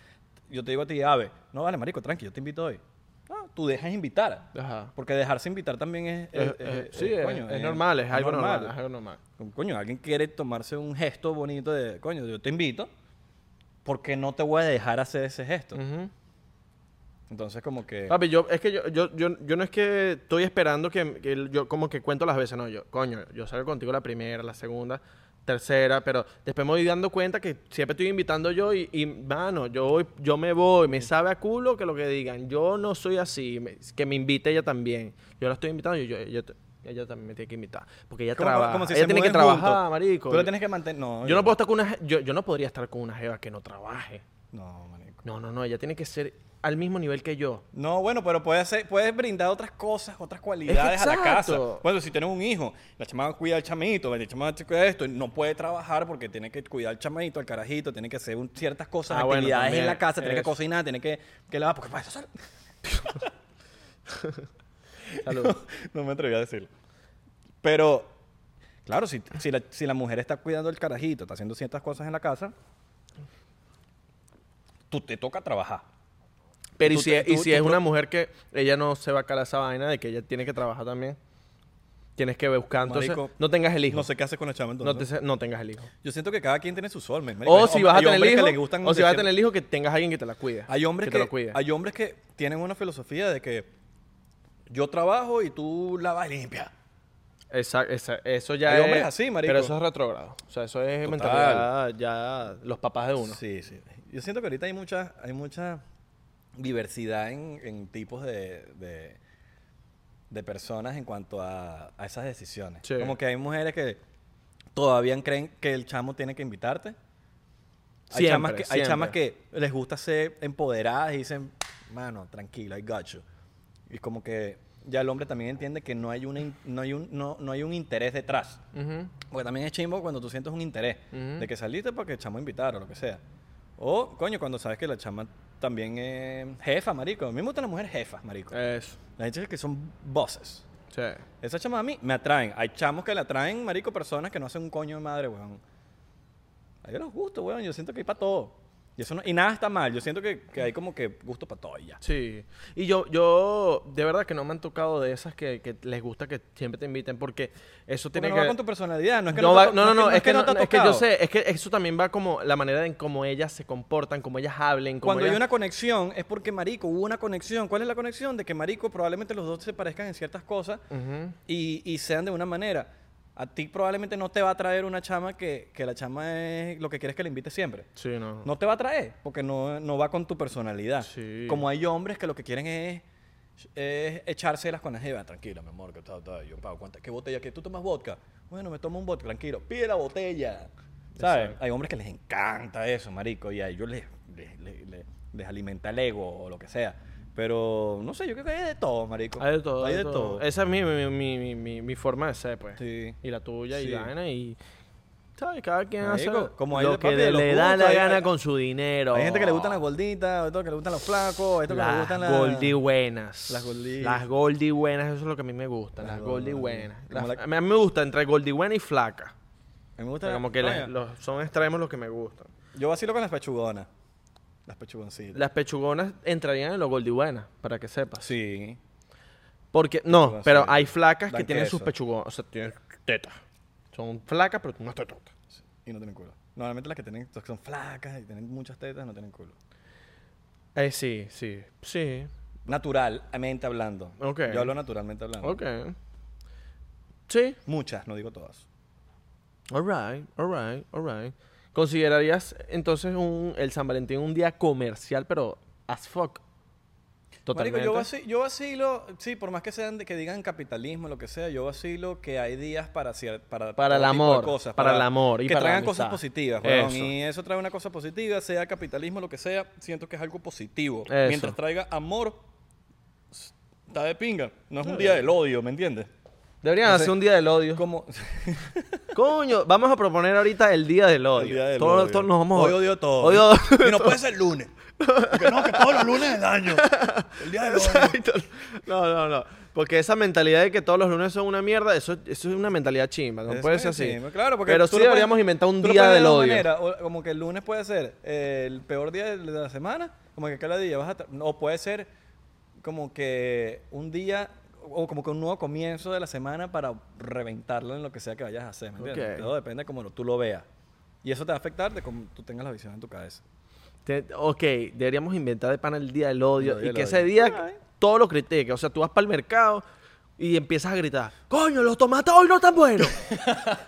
[SPEAKER 1] Yo te digo a ti, ave, no vale, marico, tranqui, yo te invito hoy. No, tú dejas invitar.
[SPEAKER 2] Ajá.
[SPEAKER 1] Porque dejarse invitar también es...
[SPEAKER 2] Eh,
[SPEAKER 1] es-
[SPEAKER 2] eh,
[SPEAKER 1] es-
[SPEAKER 2] sí,
[SPEAKER 1] es-
[SPEAKER 2] es,
[SPEAKER 1] coño,
[SPEAKER 2] es normal, es algo normal.
[SPEAKER 1] normal.
[SPEAKER 2] es algo normal.
[SPEAKER 1] Como, Coño, alguien quiere tomarse un gesto bonito de, coño, yo te invito, porque no te voy a dejar hacer ese gesto.
[SPEAKER 2] Ujú.
[SPEAKER 1] Entonces, como que...
[SPEAKER 2] Papi, yo, es que yo, yo, yo, yo no es que estoy esperando que, que el- yo como que cuento las veces, no, yo, coño, yo salgo contigo la primera, la segunda, tercera, pero después me voy dando cuenta que siempre estoy invitando yo y, y, mano, yo voy, yo me voy, me sabe a culo que lo que digan, yo no soy así, me- que me invite ella también, yo la estoy invitando y yo, yo, te- ella también me tiene que invitar, porque ella
[SPEAKER 1] como,
[SPEAKER 2] trabaja,
[SPEAKER 1] como si
[SPEAKER 2] ella
[SPEAKER 1] se
[SPEAKER 2] tiene que
[SPEAKER 1] muden juntos.
[SPEAKER 2] trabajar, marico.
[SPEAKER 1] Tú le tienes que mantener... No,
[SPEAKER 2] yo no puedo estar con una, je- yo, yo no podría estar con una jeva que no trabaje,
[SPEAKER 1] No, marico.
[SPEAKER 2] no, no, no, ella tiene que ser al mismo nivel que yo.
[SPEAKER 1] No, bueno, pero puedes, hacer- puedes brindar otras cosas, otras cualidades a la casa.
[SPEAKER 2] exacto.
[SPEAKER 1] Bueno, si tienes un hijo, la chamada cuida al chamito, la chamada cuida esto, y no puede trabajar porque tiene que cuidar al chamito, al carajito, tiene que hacer un- ciertas cosas,
[SPEAKER 2] Ah, bueno,
[SPEAKER 1] actividades en
[SPEAKER 2] también,
[SPEAKER 1] la casa, tiene que
[SPEAKER 2] eso.
[SPEAKER 1] cocinar, tiene que, que lavar, porque para eso sal-
[SPEAKER 2] Salud.
[SPEAKER 1] no me atreví a decirlo. Pero, claro, si, si, la, si la mujer está cuidando el carajito, está haciendo ciertas cosas en la casa, tú te toca trabajar.
[SPEAKER 2] Pero y
[SPEAKER 1] Tú
[SPEAKER 2] si,
[SPEAKER 1] te-
[SPEAKER 2] es- y
[SPEAKER 1] tú-
[SPEAKER 2] si
[SPEAKER 1] tú
[SPEAKER 2] es
[SPEAKER 1] pro-
[SPEAKER 2] una mujer que ella no se va a calar esa vaina de que ella tiene que trabajar también, tienes que buscar. Entonces,
[SPEAKER 1] Marico,
[SPEAKER 2] no tengas el hijo.
[SPEAKER 1] No sé qué haces con la chama
[SPEAKER 2] No
[SPEAKER 1] entonces.
[SPEAKER 2] te- no tengas el hijo.
[SPEAKER 1] Yo siento que cada quien tiene su sol, men, marico.
[SPEAKER 2] O
[SPEAKER 1] Hay
[SPEAKER 2] si
[SPEAKER 1] hom-
[SPEAKER 2] vas a
[SPEAKER 1] hay
[SPEAKER 2] tener el
[SPEAKER 1] hombres que
[SPEAKER 2] hijo,
[SPEAKER 1] les gustan
[SPEAKER 2] o si vas a
[SPEAKER 1] decir-
[SPEAKER 2] tener el hijo, que tengas alguien que te la cuide.
[SPEAKER 1] Hay hombres
[SPEAKER 2] que,
[SPEAKER 1] que,
[SPEAKER 2] te lo cuide.
[SPEAKER 1] hay hombres que tienen una filosofía de que yo trabajo y tú lavas y limpias.
[SPEAKER 2] Esa- esa- eso ya
[SPEAKER 1] Hay
[SPEAKER 2] es.
[SPEAKER 1] hombres así, marico.
[SPEAKER 2] Pero eso es retrógrado. O sea, eso
[SPEAKER 1] Total.
[SPEAKER 2] es mentalidad ya los papás de uno.
[SPEAKER 1] Sí, sí. Yo siento que ahorita hay mucha, hay mucha diversidad en, en tipos de, de, de personas en cuanto a, a esas decisiones.
[SPEAKER 2] Sí.
[SPEAKER 1] Como que hay mujeres que todavía creen que el chamo tiene que invitarte. Hay,
[SPEAKER 2] Siempre,
[SPEAKER 1] chamas que, hay
[SPEAKER 2] siempre.
[SPEAKER 1] chamas que les gusta ser empoderadas y dicen, mano, tranquilo, I got you. Y como que ya el hombre también entiende que no hay, una, in- no hay, un, no, no hay un interés detrás.
[SPEAKER 2] Ujú.
[SPEAKER 1] Porque también es chimbo cuando tú sientes un interés
[SPEAKER 2] Ujú.
[SPEAKER 1] de que saliste para que el chamo invitara o lo que sea. O, coño, cuando sabes que la chama también es jefa, marico. A mí me gustan las mujeres jefas, marico.
[SPEAKER 2] Eso.
[SPEAKER 1] Las chicas que son bosses.
[SPEAKER 2] Sí.
[SPEAKER 1] Esas chamas a mí me atraen. Hay chamos que le atraen, marico, personas que no hacen un coño de madre, weón. Hay de los gustos, weón. Yo siento que hay para todo. Y, eso no- y nada está mal. Yo siento que, que hay como que gusto para todo y ya.
[SPEAKER 2] Sí. Y yo, yo, de verdad que no me han tocado de esas que, que les gusta que siempre te inviten, porque eso
[SPEAKER 1] Porque
[SPEAKER 2] tiene
[SPEAKER 1] no
[SPEAKER 2] que
[SPEAKER 1] va
[SPEAKER 2] ver-
[SPEAKER 1] con tu personalidad. No, es que
[SPEAKER 2] No,
[SPEAKER 1] te
[SPEAKER 2] va-
[SPEAKER 1] ha to-
[SPEAKER 2] no, no, no, es
[SPEAKER 1] te
[SPEAKER 2] que,
[SPEAKER 1] ha
[SPEAKER 2] no- es que yo
[SPEAKER 1] tocado.
[SPEAKER 2] sé, es que eso también va como la manera en cómo ellas se comportan, cómo ellas hablen, cómo
[SPEAKER 1] Cuando hay
[SPEAKER 2] ellas-
[SPEAKER 1] una conexión, es porque Marico hubo una conexión. ¿Cuál es la conexión? De que Marico probablemente los dos se parezcan en ciertas cosas
[SPEAKER 2] Ujú.
[SPEAKER 1] y, y sean de una manera. A ti probablemente no te va a traer una chama que, que la chama es lo que quieres que le invite siempre.
[SPEAKER 2] Sí, no.
[SPEAKER 1] No te va a traer porque no, no va con tu personalidad.
[SPEAKER 2] Sí.
[SPEAKER 1] Como hay hombres que lo que quieren es, es echárselas con la jeva. Tranquila, mi amor, que tal, tal. Yo pago cuánta. ¿Qué botella? ¿Qué tú tomas vodka? Bueno, me tomo un vodka, tranquilo. Pide la botella. ¿Sabes? Hay hombres que les encanta eso, marico. Y a ellos les, les, les- les- les alimenta el ego o lo que sea. Pero no sé, yo creo que hay de todo, marico.
[SPEAKER 2] Hay de todo,
[SPEAKER 1] Hay de todo.
[SPEAKER 2] Esa es mi, mi, mi- mi- mi- mi forma de ser, pues.
[SPEAKER 1] Sí.
[SPEAKER 2] Y la tuya y
[SPEAKER 1] Sí.
[SPEAKER 2] la vaina y... ¿Sabes? Cada quien hace
[SPEAKER 1] Marico, como hay
[SPEAKER 2] lo
[SPEAKER 1] de-
[SPEAKER 2] que
[SPEAKER 1] papi, de
[SPEAKER 2] le,
[SPEAKER 1] los
[SPEAKER 2] le da
[SPEAKER 1] gustos,
[SPEAKER 2] la
[SPEAKER 1] hay-
[SPEAKER 2] gana
[SPEAKER 1] hay-
[SPEAKER 2] con su dinero.
[SPEAKER 1] Hay gente que le gustan las gorditas, otros que le gustan los flacos, otros que le
[SPEAKER 2] Las
[SPEAKER 1] gustan las...
[SPEAKER 2] Goldie buenas.
[SPEAKER 1] Las Goldie.
[SPEAKER 2] Las Goldie buenas, eso es lo que a mí me gusta. Las,
[SPEAKER 1] Las Goldie.
[SPEAKER 2] Goldie buenas.
[SPEAKER 1] Como
[SPEAKER 2] Las-
[SPEAKER 1] la-
[SPEAKER 2] A mí me gusta entre Goldie buena y flaca.
[SPEAKER 1] A mí me
[SPEAKER 2] O sea,
[SPEAKER 1] gusta
[SPEAKER 2] como que las-
[SPEAKER 1] Coño.
[SPEAKER 2] los, son extremos los que me gustan.
[SPEAKER 1] Yo vacilo con las pechugonas. Las pechugoncitas.
[SPEAKER 2] Las pechugonas entrarían en los Goldie buenas, para que sepas.
[SPEAKER 1] Sí.
[SPEAKER 2] Porque, no,
[SPEAKER 1] Pechugonas,
[SPEAKER 2] pero
[SPEAKER 1] sí.
[SPEAKER 2] hay flacas que
[SPEAKER 1] Dan
[SPEAKER 2] tienen sus
[SPEAKER 1] queso.
[SPEAKER 2] pechugonas. O sea, tienen tetas. Son flacas, pero no tetas.
[SPEAKER 1] Y no tienen culo. Normalmente las que tienen, las que son flacas y tienen muchas tetas, no tienen culo.
[SPEAKER 2] Eh, sí, sí. Sí.
[SPEAKER 1] Naturalmente hablando.
[SPEAKER 2] Ok.
[SPEAKER 1] Yo hablo naturalmente hablando.
[SPEAKER 2] Ok. Sí.
[SPEAKER 1] Muchas, no digo todas.
[SPEAKER 2] Alright, alright, alright. ¿Considerarías entonces un, el San Valentín un día comercial, pero as fuck? Totalmente.
[SPEAKER 1] Marico, yo, vaci- yo vacilo, sí, por más que sean de- que digan capitalismo, lo que sea, yo vacilo que hay días para cier- para,
[SPEAKER 2] Para el
[SPEAKER 1] todo tipo de
[SPEAKER 2] amor, para el amor y
[SPEAKER 1] que
[SPEAKER 2] para la
[SPEAKER 1] traigan cosas
[SPEAKER 2] amistad.
[SPEAKER 1] positivas, weón,
[SPEAKER 2] Eso.
[SPEAKER 1] y eso trae una cosa positiva, sea capitalismo, lo que sea, siento que es algo positivo.
[SPEAKER 2] Eso.
[SPEAKER 1] Mientras traiga amor, s- está de pinga. No es un día del odio, ¿me entiendes?
[SPEAKER 2] Deberían
[SPEAKER 1] no sé,
[SPEAKER 2] hacer un día del odio.
[SPEAKER 1] Como
[SPEAKER 2] Coño, vamos a proponer ahorita el día del odio.
[SPEAKER 1] el día del
[SPEAKER 2] Todos-
[SPEAKER 1] odio.
[SPEAKER 2] todos nos vamos a-
[SPEAKER 1] Hoy odio todo.
[SPEAKER 2] Hoy odio-
[SPEAKER 1] y no puede ser lunes. Porque no, que todos los lunes es daño. El día del odio.
[SPEAKER 2] Exacto. No, no, no. Porque esa mentalidad de que todos los lunes son una mierda, eso, eso es una mentalidad chimba. No
[SPEAKER 1] Es
[SPEAKER 2] puede
[SPEAKER 1] que
[SPEAKER 2] ser así.
[SPEAKER 1] sí, claro, porque
[SPEAKER 2] Pero
[SPEAKER 1] tú
[SPEAKER 2] sí
[SPEAKER 1] lo puedes-
[SPEAKER 2] deberíamos inventar un
[SPEAKER 1] tú lo
[SPEAKER 2] día
[SPEAKER 1] puedes ver
[SPEAKER 2] del
[SPEAKER 1] de dos
[SPEAKER 2] odio.
[SPEAKER 1] maneras, o- como que el lunes puede ser eh, el peor día de la semana, como que cada día vas a... tra- O puede ser como que un día o como que un nuevo comienzo de la semana para reventarlo en lo que sea que vayas a hacer, ¿me entiendes?
[SPEAKER 2] Ok.
[SPEAKER 1] Todo depende de cómo lo- tú lo veas. Y eso te va a afectar de cómo tú tengas la visión en tu cabeza.
[SPEAKER 2] Te- ok, deberíamos inventar de pana el día del odio
[SPEAKER 1] El
[SPEAKER 2] y
[SPEAKER 1] día
[SPEAKER 2] que
[SPEAKER 1] del
[SPEAKER 2] ese
[SPEAKER 1] odio.
[SPEAKER 2] día
[SPEAKER 1] Alright.
[SPEAKER 2] todo lo critique. O sea, tú vas para el mercado y empiezas a gritar: Coño, los tomates hoy no están buenos.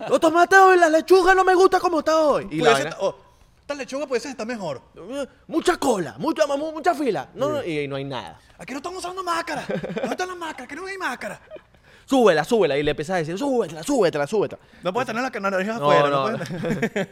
[SPEAKER 2] los tomates hoy, la lechuga no me gusta como está hoy. Y la
[SPEAKER 1] Pudiese-
[SPEAKER 2] vaina, "Uh,
[SPEAKER 1] o, esta oh, lechuga pudiese estar mejor.
[SPEAKER 2] mucha cola, mucha, mamu- mucha fila. No, no, y, y no hay nada.
[SPEAKER 1] Aquí no están usando máscara. No están las máscaras, que no hay máscara.
[SPEAKER 2] Súbela, súbela. Y le empiezas a decir: Súbetela, súbetela, súbetela.
[SPEAKER 1] No puedes tener la nariz
[SPEAKER 2] No,
[SPEAKER 1] afuera.
[SPEAKER 2] no,
[SPEAKER 1] No,
[SPEAKER 2] no.
[SPEAKER 1] puedes-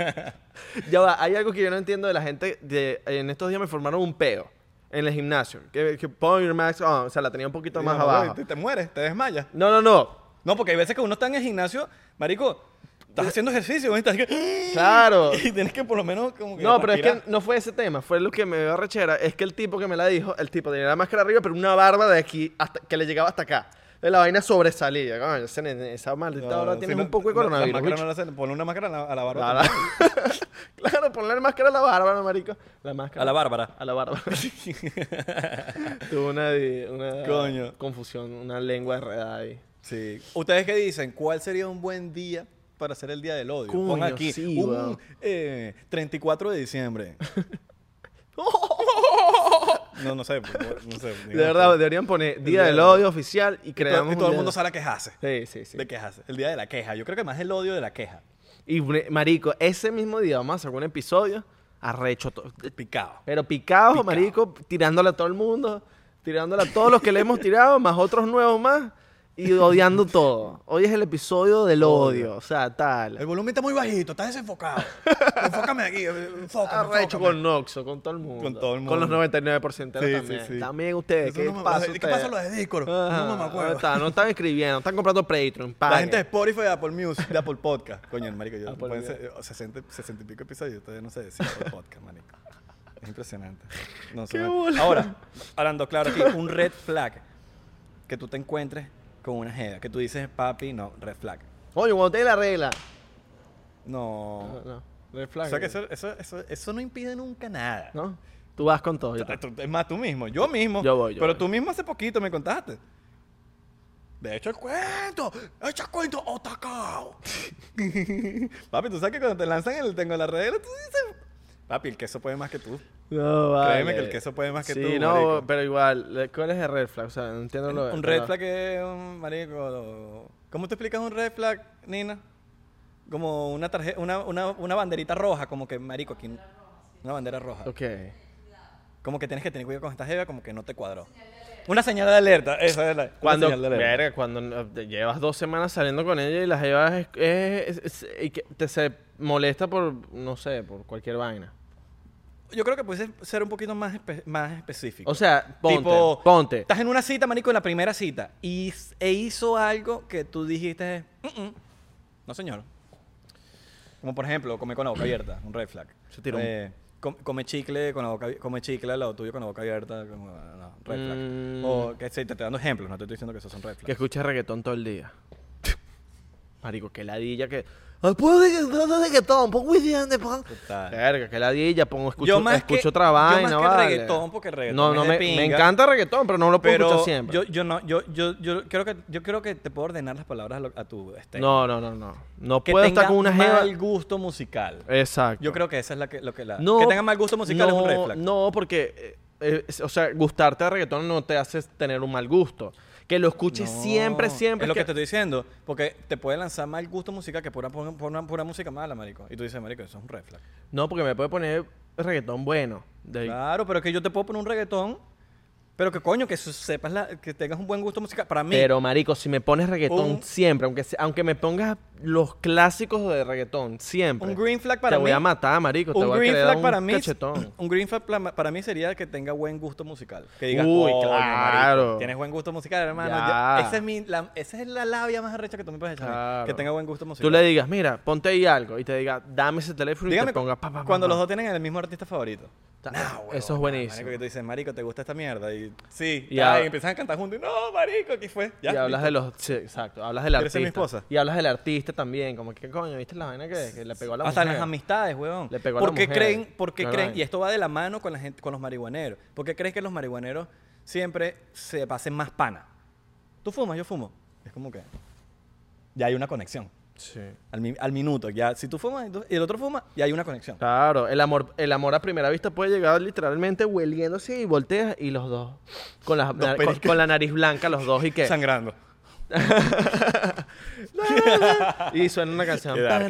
[SPEAKER 2] ya va, hay algo que yo no entiendo de la gente. De, en estos días me formaron un pedo en el gimnasio. Que, que pon your mask on. O sea, la tenía un poquito más
[SPEAKER 1] Digamos,
[SPEAKER 2] abajo.
[SPEAKER 1] "Oye, Te, te mueres, te desmayas.
[SPEAKER 2] No, no, no.
[SPEAKER 1] No, porque hay veces que uno está en el gimnasio, marico, estás haciendo ejercicio, ¿no? Y estás que-
[SPEAKER 2] Claro.
[SPEAKER 1] Y tienes que por lo menos como que
[SPEAKER 2] No, pero es que
[SPEAKER 1] respirar.
[SPEAKER 2] no fue ese tema, fue lo que me dio rechera. Es que el tipo que me la dijo, el tipo tenía la máscara arriba, pero una barba de aquí hasta, que le llegaba hasta acá. De la vaina sobresalía. Coño, ese nene- esa maldita
[SPEAKER 1] No,
[SPEAKER 2] barba
[SPEAKER 1] si
[SPEAKER 2] tiene
[SPEAKER 1] no-
[SPEAKER 2] un poco de
[SPEAKER 1] no, la
[SPEAKER 2] coronavirus.
[SPEAKER 1] máscara
[SPEAKER 2] bicho.
[SPEAKER 1] no la hacen, ponle una máscara a la, a la barba.
[SPEAKER 2] Claro. claro, ponle la máscara a la barba, marico. La máscara.
[SPEAKER 1] A la Bárbara.
[SPEAKER 2] A la barba. Tuve una, di- una
[SPEAKER 1] Coño.
[SPEAKER 2] confusión, una lengua enredada ahí.
[SPEAKER 1] Sí. ¿Ustedes qué dicen? ¿Cuál sería un buen día para hacer el Día del Odio?
[SPEAKER 2] Coño,
[SPEAKER 1] Pon aquí
[SPEAKER 2] sí, weón.
[SPEAKER 1] un eh, 34 de diciembre. No, no sé. No sé
[SPEAKER 2] De verdad, deberían poner Día del Odio oficial y
[SPEAKER 1] Y todo,
[SPEAKER 2] creamos.
[SPEAKER 1] y todo
[SPEAKER 2] un
[SPEAKER 1] el mundo
[SPEAKER 2] día-
[SPEAKER 1] sale a quejarse.
[SPEAKER 2] Sí, sí, sí.
[SPEAKER 1] De quejarse. El día de la queja. Yo creo que más el odio de la queja.
[SPEAKER 2] Y bre- marico, ese mismo día vamos a hacer un episodio arrecho, to-
[SPEAKER 1] Picado.
[SPEAKER 2] pero picado, marico, tirándole a todo el mundo, tirándole a todos los que le hemos tirado, más otros nuevos más y odiando todo. Hoy es el episodio del odio, o sea,
[SPEAKER 1] El
[SPEAKER 2] tal.
[SPEAKER 1] volumen está muy bajito, está desenfocado. Enfócame aquí, enfócame.
[SPEAKER 2] Arrecho
[SPEAKER 1] enfócame.
[SPEAKER 2] Ah, con Noxo, con todo el mundo.
[SPEAKER 1] Con todo el
[SPEAKER 2] Con los
[SPEAKER 1] mundo.
[SPEAKER 2] 99% también. Ah.
[SPEAKER 1] Sí, sí, sí.
[SPEAKER 2] También ustedes,
[SPEAKER 1] Eso
[SPEAKER 2] ¿qué
[SPEAKER 1] no me-
[SPEAKER 2] pasa?
[SPEAKER 1] ¿Qué pasó lo de Discord? No me acuerdo.
[SPEAKER 2] No, está, no están escribiendo, están comprando Patreon.
[SPEAKER 1] La
[SPEAKER 2] paguen.
[SPEAKER 1] gente de Spotify, de Apple Music, de Apple Podcast. Coño, el marico, yo
[SPEAKER 2] Apple
[SPEAKER 1] pueden ser, eh, 60, 60 y pico episodios, ustedes no se decían Apple Podcast, marico. Es impresionante. No sé,
[SPEAKER 2] Qué
[SPEAKER 1] marico.
[SPEAKER 2] bola.
[SPEAKER 1] Ahora, hablando claro aquí, un red flag que tú te encuentres con una jeva, que tú dices, papi, no, red flag.
[SPEAKER 2] Oye, cuando te dé la regla.
[SPEAKER 1] No.
[SPEAKER 2] No, no.
[SPEAKER 4] Red
[SPEAKER 1] O
[SPEAKER 4] flag.
[SPEAKER 1] sea que eso, eso, eso, eso no impide nunca nada.
[SPEAKER 2] ¿No? Tú vas con todo. yo te-
[SPEAKER 1] Tú- Es más, tú mismo, yo mismo.
[SPEAKER 2] Yo voy, yo
[SPEAKER 1] pero
[SPEAKER 2] voy.
[SPEAKER 1] tú mismo hace poquito me contaste. De hecho, el cuento, echa el cuento, otacao. Papi, tú sabes que cuando te lanzan el tengo la red, tú dices. Papi, el queso puede más que tú.
[SPEAKER 2] No, vale.
[SPEAKER 1] Créeme que el queso puede más que
[SPEAKER 2] sí,
[SPEAKER 1] tú,
[SPEAKER 2] no,
[SPEAKER 1] marico.
[SPEAKER 2] pero igual, eh, ¿cuál es el red flag? O sea, no entiendo lo
[SPEAKER 1] Un
[SPEAKER 2] pero-
[SPEAKER 1] red flag es un marico. ¿Cómo te explicas un red flag, Nina? Como una tarjeta, una, una, una banderita roja, como que marico aquí. Una bandera roja.
[SPEAKER 2] Ok.
[SPEAKER 1] Como que tienes que tener cuidado con esta jeva, como que no te cuadró. Una señal de alerta, esa es la. una
[SPEAKER 2] Cuando,
[SPEAKER 1] señal de alerta.
[SPEAKER 2] verga, cuando no- te llevas dos semanas saliendo con ella y la llevas es, es- es- y que te se molesta por, no sé, por cualquier vaina.
[SPEAKER 1] Yo creo que puedes ser un poquito más, espe- más específico.
[SPEAKER 2] O sea, ponte,
[SPEAKER 1] Tipo,
[SPEAKER 2] ponte.
[SPEAKER 1] Estás en una cita, marico, en la primera cita, y, s- e hizo algo que tú dijiste, "Mm, mm, no señor. Como por ejemplo, come con la boca abierta, un red flag.
[SPEAKER 2] Se tiró un-
[SPEAKER 1] Eh, com- come chicle con la boca abi- come chicle al lado tuyo con la boca abierta, como, ah, no, red flag.
[SPEAKER 2] Mm.
[SPEAKER 1] O que sí, te estoy dando ejemplos, no te estoy diciendo que esos son red flags.
[SPEAKER 2] Que escuches reggaetón todo el día. Marico, que ladilla que... Ay, puedo de- de- de reggaetón, pongo Widiande, pongo...
[SPEAKER 1] Total.
[SPEAKER 2] Verga, que ladilla, pongo, escucho,
[SPEAKER 1] Yo más
[SPEAKER 2] escucho
[SPEAKER 1] que-
[SPEAKER 2] otra
[SPEAKER 1] yo más
[SPEAKER 2] vaina,
[SPEAKER 1] que
[SPEAKER 2] vale.
[SPEAKER 1] reggaetón, porque reggaetón
[SPEAKER 2] No,
[SPEAKER 1] es
[SPEAKER 2] no,
[SPEAKER 1] de
[SPEAKER 2] me, me
[SPEAKER 1] pinga.
[SPEAKER 2] encanta reggaetón, pero no lo puedo
[SPEAKER 1] Pero
[SPEAKER 2] escuchar siempre.
[SPEAKER 1] yo, yo no, yo, yo, yo creo que yo creo que te puedo ordenar las palabras a, lo- a tu este.
[SPEAKER 2] No, no, no, no. No
[SPEAKER 1] que
[SPEAKER 2] puedo estar con una jeva.
[SPEAKER 1] mal gusto musical.
[SPEAKER 2] Exacto.
[SPEAKER 1] Yo creo que esa es la que, lo que la
[SPEAKER 2] no,
[SPEAKER 1] que tenga mal gusto musical es un red
[SPEAKER 2] no,
[SPEAKER 1] flag.
[SPEAKER 2] No, porque eh, eh, es- o sea, gustarte de reggaetón no te hace tener un mal gusto. Que lo escuches
[SPEAKER 1] No,
[SPEAKER 2] siempre, siempre.
[SPEAKER 1] Es lo que...
[SPEAKER 2] que-
[SPEAKER 1] te estoy diciendo, porque te puede lanzar mal gusto musical que pura, pura, pura- pura música mala, marico. Y tú dices, marico, eso es un red flag.
[SPEAKER 2] No, porque me puede poner reggaetón bueno. De-
[SPEAKER 1] Claro, pero es que yo te puedo poner un reggaetón, pero que coño, que su- sepas la- que tengas un buen gusto musical. Para mí,
[SPEAKER 2] Pero marico, si me pones reggaetón
[SPEAKER 1] Un-
[SPEAKER 2] siempre, aunque sea- aunque me pongas los clásicos de reggaetón siempre.
[SPEAKER 1] un green flag para
[SPEAKER 2] te
[SPEAKER 1] mí.
[SPEAKER 2] voy a matar, marico, te
[SPEAKER 1] un
[SPEAKER 2] voy a
[SPEAKER 1] green
[SPEAKER 2] querer
[SPEAKER 1] flag
[SPEAKER 2] dar un
[SPEAKER 1] para mí.
[SPEAKER 2] cachetón.
[SPEAKER 1] Un green flag pla- para mí sería que tenga buen gusto musical. Que digas,
[SPEAKER 2] Uy,
[SPEAKER 1] "Coño,
[SPEAKER 2] claro.
[SPEAKER 1] marico, Tienes buen gusto musical, hermano.
[SPEAKER 2] Ya.
[SPEAKER 1] Ya- esa, es mi, la, esa es la labia más arrecha que tú me puedes echar. a mí,
[SPEAKER 2] Claro.
[SPEAKER 1] Que tenga buen gusto musical.
[SPEAKER 2] Tú le digas, mira, ponte ahí algo y te diga, dame ese teléfono y
[SPEAKER 1] Dígame
[SPEAKER 2] te ponga pa, pa, pa,
[SPEAKER 1] cuando
[SPEAKER 2] pa.
[SPEAKER 1] los dos tienen el mismo artista favorito.
[SPEAKER 2] Ta-
[SPEAKER 1] No,
[SPEAKER 2] Eso es
[SPEAKER 1] huevón,
[SPEAKER 2] buenísimo.
[SPEAKER 1] Marico, que tú dices, marico, ¿te gusta esta mierda? Y sí,
[SPEAKER 2] Y
[SPEAKER 1] ya,
[SPEAKER 2] hab-
[SPEAKER 1] y empiezan a cantar juntos. Y no, marico, ¿qué fue? Ya,
[SPEAKER 2] y hablas
[SPEAKER 1] listo.
[SPEAKER 2] de los. sí, exacto, hablas del
[SPEAKER 1] ¿Quieres
[SPEAKER 2] artista.
[SPEAKER 1] ser mi esposa?
[SPEAKER 2] Y hablas del artista también, como que coño, ¿viste la vaina que, que le pegó a la
[SPEAKER 1] Hasta
[SPEAKER 2] mujer?
[SPEAKER 1] las amistades, weón.
[SPEAKER 2] Le pegó a la
[SPEAKER 1] porque
[SPEAKER 2] mujer.
[SPEAKER 1] creen, porque
[SPEAKER 2] Claro,
[SPEAKER 1] creen,
[SPEAKER 2] vaina.
[SPEAKER 1] y esto va de la mano con la gente, con los marihuaneros. ¿Por qué crees que los marihuaneros siempre se pasen más pana? Tú fumas, yo fumo. Es como que ya hay una conexión.
[SPEAKER 2] Sí.
[SPEAKER 1] Al, mi- al minuto, ya si tú fumas y tú- y el otro fuma, ya hay una conexión.
[SPEAKER 2] Claro, el amor, el amor a primera vista puede llegar literalmente hueliéndose y volteas y los dos. Con la, na- con,
[SPEAKER 1] pericos.
[SPEAKER 2] con la nariz blanca, los dos y que.
[SPEAKER 1] Sangrando.
[SPEAKER 2] y suena una canción.
[SPEAKER 1] Qué dark.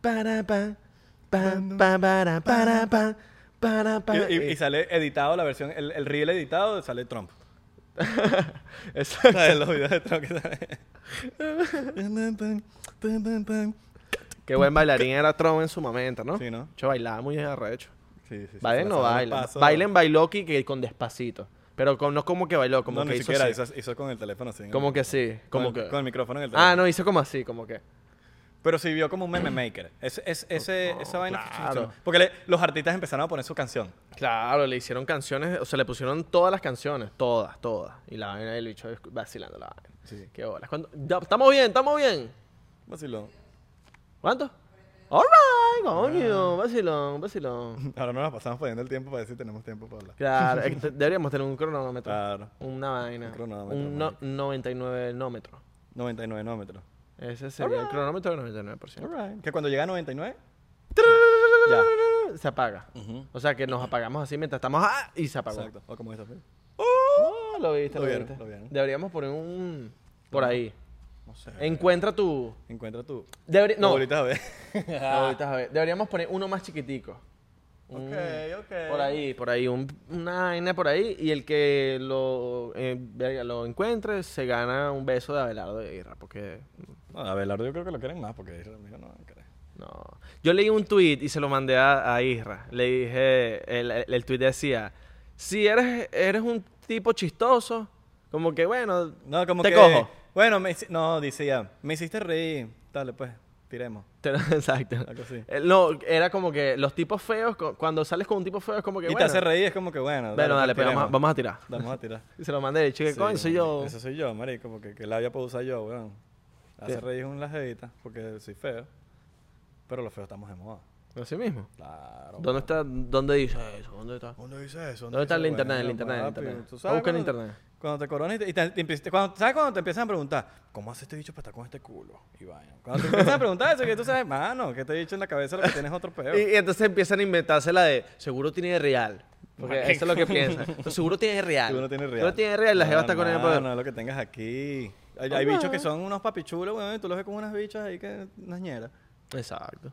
[SPEAKER 2] Para, pa, para, pa, pa, pa, para, para, pa, para, pa. eh.
[SPEAKER 1] Y, y- y sale editado la versión, el, el reel editado sale Trump.
[SPEAKER 2] Exacto.
[SPEAKER 1] ¿Sabes? Los videos de Trump que sale.
[SPEAKER 2] Qué buen bailarín era Tron en su momento, ¿no?
[SPEAKER 1] Sí, ¿no?
[SPEAKER 2] Yo bailaba muy arrecho.
[SPEAKER 1] Sí, sí, sí,
[SPEAKER 2] Bailen
[SPEAKER 1] se la
[SPEAKER 2] no
[SPEAKER 1] sabe los
[SPEAKER 2] bailen.
[SPEAKER 1] pasos.
[SPEAKER 2] Bailen bailó que que con despacito. Pero con- no como que bailó, como
[SPEAKER 1] no,
[SPEAKER 2] que
[SPEAKER 1] ni
[SPEAKER 2] hizo
[SPEAKER 1] siquiera
[SPEAKER 2] así.
[SPEAKER 1] hizo, hizo con el teléfono así.
[SPEAKER 2] Como que sí, como
[SPEAKER 1] Como
[SPEAKER 2] que...
[SPEAKER 1] Con el micrófono en el teléfono.
[SPEAKER 2] Ah, no, hizo como así, como que...
[SPEAKER 1] Pero sirvió como un meme maker. Es, es- ese, esa vaina
[SPEAKER 2] Oh, claro.
[SPEAKER 1] funcionó. Porque le- los artistas empezaron a poner su canción.
[SPEAKER 2] Claro, le hicieron canciones, o sea, le pusieron todas las canciones, todas, todas. Y la vaina del bicho vacilando la vaina.
[SPEAKER 1] Sí.
[SPEAKER 2] Qué bolas. ¿Cuándo- ya, Estamos bien, estamos bien.
[SPEAKER 1] Vacilón.
[SPEAKER 2] ¿Cuánto? All right,
[SPEAKER 1] Ah.
[SPEAKER 2] coño, vacilón, vacilón.
[SPEAKER 1] Ahora no nos pasamos poniendo el tiempo para decir tenemos tiempo para hablar.
[SPEAKER 2] Claro, es que te- deberíamos tener un cronómetro.
[SPEAKER 1] Claro.
[SPEAKER 2] Una vaina.
[SPEAKER 1] Un cronómetro,
[SPEAKER 2] Un no- 99 nómetro.
[SPEAKER 1] 99 nómetros.
[SPEAKER 2] Ese sería el cronómetro del 99%.
[SPEAKER 1] All right. Que cuando llega a 99... Ya.
[SPEAKER 2] Se apaga.
[SPEAKER 1] Ujú.
[SPEAKER 2] O sea, que nos apagamos así mientras estamos... ¡ah! Y se apagó.
[SPEAKER 1] Exacto. O como esta.
[SPEAKER 2] Oh, lo viste,
[SPEAKER 1] Lo
[SPEAKER 2] lo,
[SPEAKER 1] vieron,
[SPEAKER 2] viste.
[SPEAKER 1] lo vieron.
[SPEAKER 2] Deberíamos poner un... Por ahí.
[SPEAKER 1] No sé.
[SPEAKER 2] Encuentra tu...
[SPEAKER 1] Eh, Encuentra tu...
[SPEAKER 2] Deberi- No,
[SPEAKER 1] Ahorita a ver.
[SPEAKER 2] no, ahorita, a ver. Deberíamos poner uno más chiquitico. Un-
[SPEAKER 1] Ok, ok.
[SPEAKER 2] Mm. Por ahí, por ahí. un- una vaina por ahí. Y el que lo, eh, verga, lo encuentre se gana un beso de Abelardo de Irra. Porque...
[SPEAKER 1] No, Abelardo yo creo que lo quieren más porque Israel, mira, no, caray.
[SPEAKER 2] No. Yo leí un tweet y se lo mandé a, a Isra. Le dije, el, el, tweet decía, si eres, eres un tipo chistoso, como que bueno,
[SPEAKER 1] No, como
[SPEAKER 2] te
[SPEAKER 1] que...
[SPEAKER 2] cojo.
[SPEAKER 1] Bueno, me, hici- no, dice ya. Me hiciste reír. Dale, pues. Tiremos.
[SPEAKER 2] Te- Exacto.
[SPEAKER 1] Algo así.
[SPEAKER 2] Eh, No, era como que los tipos feos, cu- cuando sales con un tipo feo es como que
[SPEAKER 1] y
[SPEAKER 2] bueno.
[SPEAKER 1] te hace reír, es como que bueno.
[SPEAKER 2] Bueno, dale, pues, vamos, a-
[SPEAKER 1] tiremos.
[SPEAKER 2] vamos a tirar.
[SPEAKER 1] Vamos a tirar.
[SPEAKER 2] Y se lo mandé, chico,
[SPEAKER 1] Sí,
[SPEAKER 2] coño, soy yo.
[SPEAKER 1] Eso soy yo, marico, porque que labia puedo usar yo, weón. Hace
[SPEAKER 2] Sí.
[SPEAKER 1] reír un las porque soy feo. Pero los feos estamos de moda.
[SPEAKER 2] Así mismo.
[SPEAKER 1] Claro.
[SPEAKER 2] ¿Dónde está? ¿Dónde dice eso? ¿Dónde está?
[SPEAKER 1] ¿Dónde dice eso?
[SPEAKER 2] ¿Dónde está el
[SPEAKER 1] dice-
[SPEAKER 2] internet? El
[SPEAKER 1] Bueno,
[SPEAKER 2] internet, el
[SPEAKER 1] papi,
[SPEAKER 2] internet.
[SPEAKER 1] tú
[SPEAKER 2] Va a buscar en
[SPEAKER 1] cuando-
[SPEAKER 2] internet.
[SPEAKER 1] Cuando te coronas y te, y te- te empiezas- cuando, ¿sabes cuando te empiezan a preguntar? ¿Cómo hace este bicho para estar con este culo? Y vaina. Cuando te empiezan a preguntar eso, que tú sabes, mano, que te he dicho en la cabeza lo que tienes otro peor.
[SPEAKER 2] Y, y entonces empiezan a inventarse la de seguro tiene real. Porque eso es lo que piensan. Entonces, seguro tiene real.
[SPEAKER 1] Seguro tiene real.
[SPEAKER 2] Seguro tiene real. La jeva está con él.
[SPEAKER 1] No,
[SPEAKER 2] pero-
[SPEAKER 1] no, lo que tengas aquí. Hay, hay bichos que son unos papichulos, weón, y tú los ves con unas bichas ahí que unas ñeras.
[SPEAKER 2] Exacto.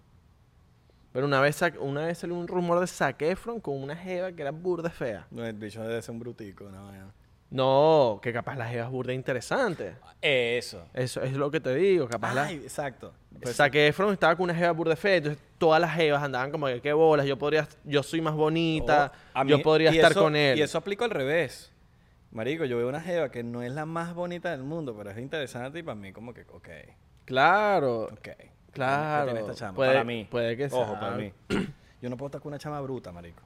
[SPEAKER 2] Pero una vez, sac- una vez salió un rumor de Zac Efron con una jeva que era burda fea.
[SPEAKER 1] No, El bicho debe ser un brutico, no, vaina.
[SPEAKER 2] No, que capaz la jeva es burda e interesante.
[SPEAKER 1] Eso.
[SPEAKER 2] Eso es lo que te digo, capaz la...
[SPEAKER 1] Ay, exacto. Pues,
[SPEAKER 2] Zac Efron estaba con una jeva burda fea, entonces todas las jevas andaban como que qué bolas, yo podría, yo soy más bonita,
[SPEAKER 1] oh, a mí-
[SPEAKER 2] yo podría
[SPEAKER 1] y
[SPEAKER 2] estar
[SPEAKER 1] eso-
[SPEAKER 2] con él.
[SPEAKER 1] Y eso aplico al revés. Marico, yo veo una jeva que no es la más bonita del mundo, pero es interesante y para mí como que, ok,
[SPEAKER 2] Claro.
[SPEAKER 1] ok.
[SPEAKER 2] Claro.
[SPEAKER 1] ¿Qué tiene esta chama?
[SPEAKER 2] Puede-
[SPEAKER 1] para mí.
[SPEAKER 2] puede que
[SPEAKER 1] Ojo,
[SPEAKER 2] sea.
[SPEAKER 1] para mí. Yo no puedo estar con una chama bruta, marico.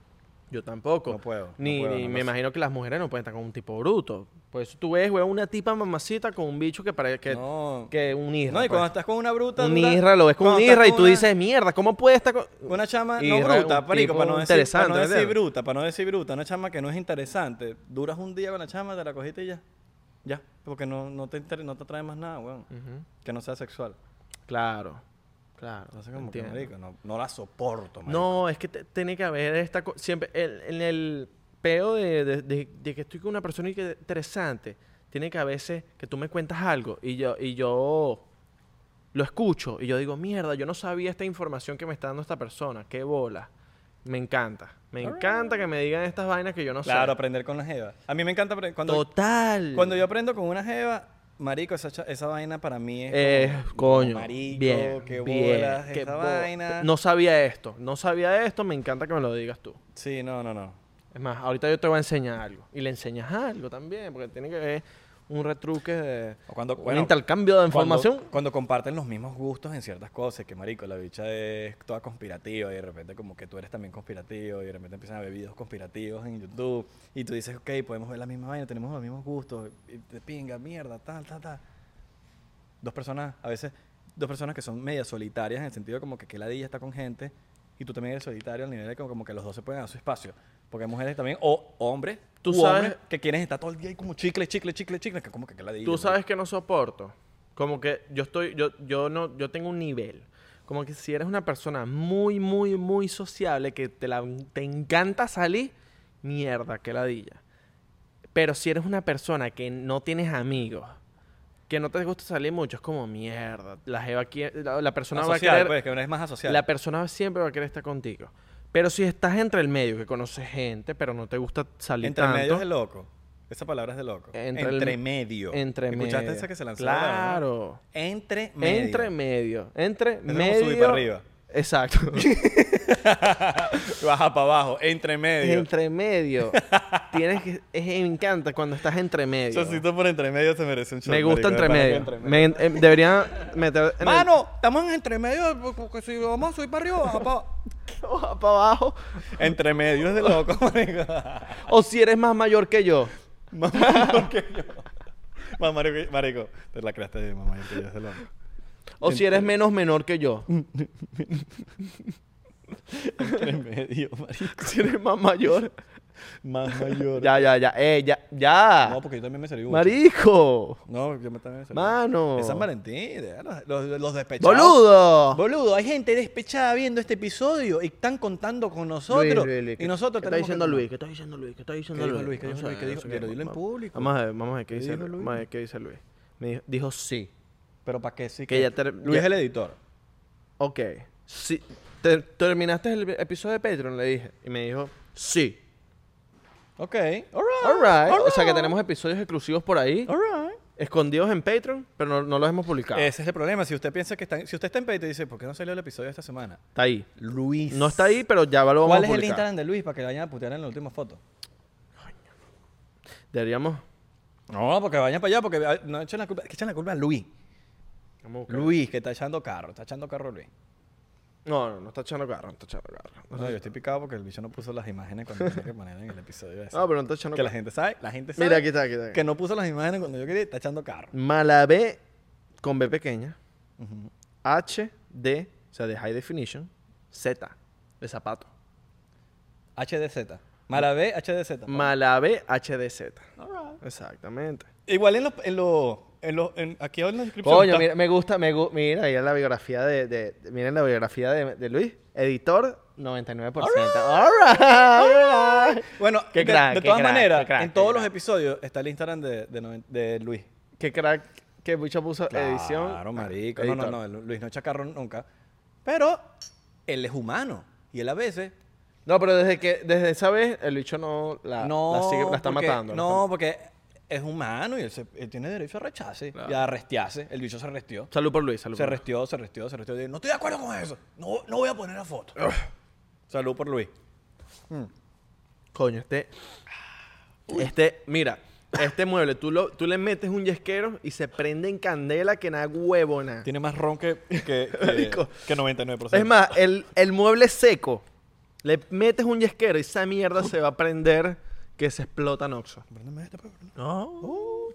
[SPEAKER 2] Yo tampoco.
[SPEAKER 1] No puedo, no
[SPEAKER 2] Ni,
[SPEAKER 1] puedo,
[SPEAKER 2] ni
[SPEAKER 1] no lo
[SPEAKER 2] me
[SPEAKER 1] sé.
[SPEAKER 2] imagino que las mujeres no pueden estar con un tipo bruto. Por eso tú ves, weón, una tipa mamacita con un bicho que parece que,
[SPEAKER 1] No.
[SPEAKER 2] que un isra.
[SPEAKER 1] No, y
[SPEAKER 2] pues.
[SPEAKER 1] cuando estás con una bruta...
[SPEAKER 2] un
[SPEAKER 1] dura-
[SPEAKER 2] isra, lo ves con un
[SPEAKER 1] cuando estás
[SPEAKER 2] isra y tú
[SPEAKER 1] una-
[SPEAKER 2] dices, mierda, ¿cómo puede estar con...?
[SPEAKER 1] Una chama no
[SPEAKER 2] Isra,
[SPEAKER 1] bruta,
[SPEAKER 2] un
[SPEAKER 1] marico,
[SPEAKER 2] tipo
[SPEAKER 1] para no, decir, para
[SPEAKER 2] interesante,
[SPEAKER 1] no decir
[SPEAKER 2] ¿entiendes?
[SPEAKER 1] bruta, para no decir bruta, una chama que no es interesante. Duras un día con la chama, te la cogiste y ya. Ya, porque no, no, te, inter- no te trae más nada, weón.
[SPEAKER 2] Ujú.
[SPEAKER 1] Que no sea sexual.
[SPEAKER 2] Claro, claro.
[SPEAKER 1] Entonces, como que,
[SPEAKER 2] entiendo.
[SPEAKER 1] marico, no, no la soporto, marico.
[SPEAKER 2] No, es que te- tiene que haber esta... co- Siempre, el- en el peo de, de- de- de que estoy con una persona y que interesante, tiene que a veces que tú me cuentas algo y yo, y yo lo escucho y yo digo, mierda, yo no sabía esta información que me está dando esta persona, qué bola. Me encanta, me encanta que me digan estas vainas que yo no
[SPEAKER 1] Claro,
[SPEAKER 2] sé.
[SPEAKER 1] aprender con la jeva. A mí me encanta apre- cuando,
[SPEAKER 2] Total.
[SPEAKER 1] cuando yo aprendo con una jeva, marico, esa, cha- esa vaina para mí es
[SPEAKER 2] Eh,
[SPEAKER 1] como,
[SPEAKER 2] coño.
[SPEAKER 1] marico,
[SPEAKER 2] bien,
[SPEAKER 1] qué
[SPEAKER 2] bien,
[SPEAKER 1] bolas,
[SPEAKER 2] qué
[SPEAKER 1] esa
[SPEAKER 2] bo-
[SPEAKER 1] vaina.
[SPEAKER 2] No sabía esto, no sabía esto, me encanta que me lo digas tú.
[SPEAKER 1] Sí, no, no, no.
[SPEAKER 2] Es más, ahorita yo te voy a enseñar algo. Y le enseñas algo también, porque tiene que ver un retruque de
[SPEAKER 1] O cuando-
[SPEAKER 2] un
[SPEAKER 1] bueno,
[SPEAKER 2] intercambio de
[SPEAKER 1] Cuando-
[SPEAKER 2] información.
[SPEAKER 1] Cuando, comparten los mismos gustos en ciertas cosas, que marico, la bicha es toda conspirativa y de repente como que tú eres también conspirativo y de repente empiezan a ver videos conspirativos en YouTube y tú dices, ok, podemos ver la misma vaina, tenemos los mismos gustos, y te pinga, mierda, tal, tal, tal. Dos personas, a veces, dos personas que son media solitarias en el sentido como que que ladilla está con gente y tú también eres solitario al nivel de como, como que los dos se pueden dar su espacio. Porque hay mujeres también, o hombres,
[SPEAKER 2] Tú
[SPEAKER 1] u
[SPEAKER 2] sabes-
[SPEAKER 1] hombres que quieren estar todo el día ahí como chicle, chicle, chicle, chicle, que como que, que ladilla.
[SPEAKER 2] Tú
[SPEAKER 1] marico.
[SPEAKER 2] sabes que no soporto. Como que yo estoy, yo, yo no, yo tengo un nivel. Como que si eres una persona muy, muy, muy sociable, que te, la, te encanta salir, mierda, qué ladilla. Pero si eres una persona que no tienes amigos, que no te gusta salir mucho, es como mierda. La, jeva quie- la, la persona va a
[SPEAKER 1] Asocial,
[SPEAKER 2] querer...
[SPEAKER 1] pues, que no es más asocial.
[SPEAKER 2] La persona siempre va a querer estar contigo. Pero si estás entre el medio, que conoces gente, pero no te gusta salir
[SPEAKER 1] Entre
[SPEAKER 2] tanto...
[SPEAKER 1] medio es de loco. Esa palabra es de loco.
[SPEAKER 2] Entre el-
[SPEAKER 1] medio.
[SPEAKER 2] Entre
[SPEAKER 1] ¿Escuchaste
[SPEAKER 2] medio.
[SPEAKER 1] esa que se lanzó?
[SPEAKER 2] Claro.
[SPEAKER 1] Entre medio.
[SPEAKER 2] Entre medio. Entre
[SPEAKER 1] como
[SPEAKER 2] medio.
[SPEAKER 1] subir para arriba.
[SPEAKER 2] Exacto.
[SPEAKER 1] Baja para abajo. Entre medio.
[SPEAKER 2] entre medio. Tienes que. es- me encanta cuando estás entre medio.
[SPEAKER 1] Chocito por entre medio se merece un chorro.
[SPEAKER 2] me gusta entre medio. Me, eh, debería meter. en el-
[SPEAKER 1] Mano, estamos en entre medio. porque- Porque si vamos a subir para arriba, baja para
[SPEAKER 2] Ojo, para abajo.
[SPEAKER 1] Entre medio es de loco, marico.
[SPEAKER 2] O si eres más mayor que yo.
[SPEAKER 1] Más marico que yo. Más marico, que- marico, te la creaste de mamá, yo es de loco.
[SPEAKER 2] O si eres menos menor que yo.
[SPEAKER 1] Entre medio, marico.
[SPEAKER 2] si eres más mayor.
[SPEAKER 1] Más mayor.
[SPEAKER 2] Ya, ya, ya. Eh, ya, ya.
[SPEAKER 1] No, porque yo también me serví mucho.
[SPEAKER 2] Marico.
[SPEAKER 1] No, yo me también.
[SPEAKER 2] Mano.
[SPEAKER 1] Es San Valentín, de verdad, los, los- los despechados.
[SPEAKER 2] Boludo.
[SPEAKER 1] Boludo, hay gente despechada viendo este episodio y están contando con nosotros.
[SPEAKER 2] Luis, Luis, ¿qué-
[SPEAKER 1] y nosotros
[SPEAKER 2] ¿qué está
[SPEAKER 1] tenemos que-
[SPEAKER 2] diciendo Luis? ¿Qué está diciendo Luis? ¿Qué está diciendo
[SPEAKER 1] dijo Luis? ¿Qué
[SPEAKER 2] No
[SPEAKER 1] dijo
[SPEAKER 2] sé,
[SPEAKER 1] Luis? ¿Qué
[SPEAKER 2] no
[SPEAKER 1] dijo?
[SPEAKER 2] sé
[SPEAKER 1] Pero dilo en
[SPEAKER 2] Va-
[SPEAKER 1] público.
[SPEAKER 2] Vamos a ver, vamos a ver qué,
[SPEAKER 1] ¿Qué
[SPEAKER 2] dice
[SPEAKER 1] dijo
[SPEAKER 2] Luis.
[SPEAKER 1] Luis?
[SPEAKER 2] Vamos a ver qué dice Luis. Me dijo, dijo sí.
[SPEAKER 1] Pero para qué sí.
[SPEAKER 2] Que ya ter-
[SPEAKER 1] Luis
[SPEAKER 2] ya-
[SPEAKER 1] es el editor.
[SPEAKER 2] Ok. Sí. Te- ¿Terminaste el episodio de Patreon? Le dije. Y me dijo sí.
[SPEAKER 1] Ok. Alright.
[SPEAKER 2] Alright. O sea que tenemos episodios exclusivos por ahí.
[SPEAKER 1] Alright.
[SPEAKER 2] Escondidos en Patreon, pero no, no los hemos publicado.
[SPEAKER 1] Ese es el problema. Si usted piensa que están. Si usted está en Patreon y dice, ¿por qué no salió el episodio de esta semana?
[SPEAKER 2] Está ahí.
[SPEAKER 1] Luis.
[SPEAKER 2] No está ahí, pero ya lo vamos
[SPEAKER 1] ¿Cuál
[SPEAKER 2] a
[SPEAKER 1] es el
[SPEAKER 2] publicar.
[SPEAKER 1] Instagram de Luis para que vayan a putear en la última foto?
[SPEAKER 2] Deberíamos.
[SPEAKER 1] No, porque vayan para allá, porque ah, no echen la culpa, que echen la culpa a Luis.
[SPEAKER 2] vamos a buscar.
[SPEAKER 1] Luis, que está echando carro, está echando carro Luis.
[SPEAKER 2] No, no, no está echando carro, no está echando carro. No,
[SPEAKER 1] No, yo estoy picado porque el bicho no puso las imágenes cuando tenía que poner en el episodio ese.
[SPEAKER 2] No, Ah, pero no está echando
[SPEAKER 1] que la
[SPEAKER 2] carro.
[SPEAKER 1] gente sabe, la gente sabe
[SPEAKER 2] Mira, aquí está, aquí está. aquí está.
[SPEAKER 1] que no puso las imágenes cuando yo quería, está echando carro.
[SPEAKER 2] Malabé con B pequeña. H, D, o sea, de High Definition, Z. de zapato.
[SPEAKER 1] HDZ. Malabé, HDZ.
[SPEAKER 2] Mm. Malabé HDZ.
[SPEAKER 1] Ah.
[SPEAKER 3] Alright.
[SPEAKER 2] Exactamente.
[SPEAKER 1] Igual en los... En los, en los en- aquí en la descripción
[SPEAKER 2] Coño,
[SPEAKER 1] está-
[SPEAKER 2] mira, me gusta, me gu- mira, ahí en la biografía de, de- de- miren la biografía de, de Luis, editor 99%. Alright, alright.
[SPEAKER 1] Bueno,
[SPEAKER 2] Qué
[SPEAKER 1] de,
[SPEAKER 2] crack,
[SPEAKER 1] de
[SPEAKER 2] qué
[SPEAKER 1] todas
[SPEAKER 2] crack,
[SPEAKER 1] maneras,
[SPEAKER 2] qué crack,
[SPEAKER 1] en
[SPEAKER 2] qué
[SPEAKER 1] todos
[SPEAKER 2] crack.
[SPEAKER 1] los episodios está el Instagram de, de, noven- de Luis.
[SPEAKER 2] Qué crack que mucho puso edición.
[SPEAKER 1] Claro, marico. No, no,
[SPEAKER 2] editor.
[SPEAKER 1] no. el Luis no es chacarro nunca. Pero él es humano. Y él a veces...
[SPEAKER 2] No, pero desde que desde esa vez el bicho no Ah, la,
[SPEAKER 1] no,
[SPEAKER 2] la sigue, la está
[SPEAKER 1] porque-
[SPEAKER 2] matando. la
[SPEAKER 1] No,
[SPEAKER 2] está-
[SPEAKER 1] porque es humano y él, se- él tiene derecho a rechace.
[SPEAKER 2] Claro.
[SPEAKER 1] Y a restiarse. El bicho se restió.
[SPEAKER 2] Salud por Luis, salud.
[SPEAKER 1] Se
[SPEAKER 2] por Luis.
[SPEAKER 1] restió, se restió, se restió. Dijo, No estoy de acuerdo con eso. No, no voy a poner la foto. Salud por Luis.
[SPEAKER 2] Coño, este este, mira, este mueble tú lo tú le metes un yesquero y se prende en candela que nada huevona.
[SPEAKER 1] Tiene más ron que, que, que-
[SPEAKER 2] Marico.
[SPEAKER 1] que 99%.
[SPEAKER 2] Es más, el, el mueble seco, le metes un yesquero y esa mierda se va a prender que se explota en Oxxo.
[SPEAKER 1] Préndeme este, pues, préndeme. Uh,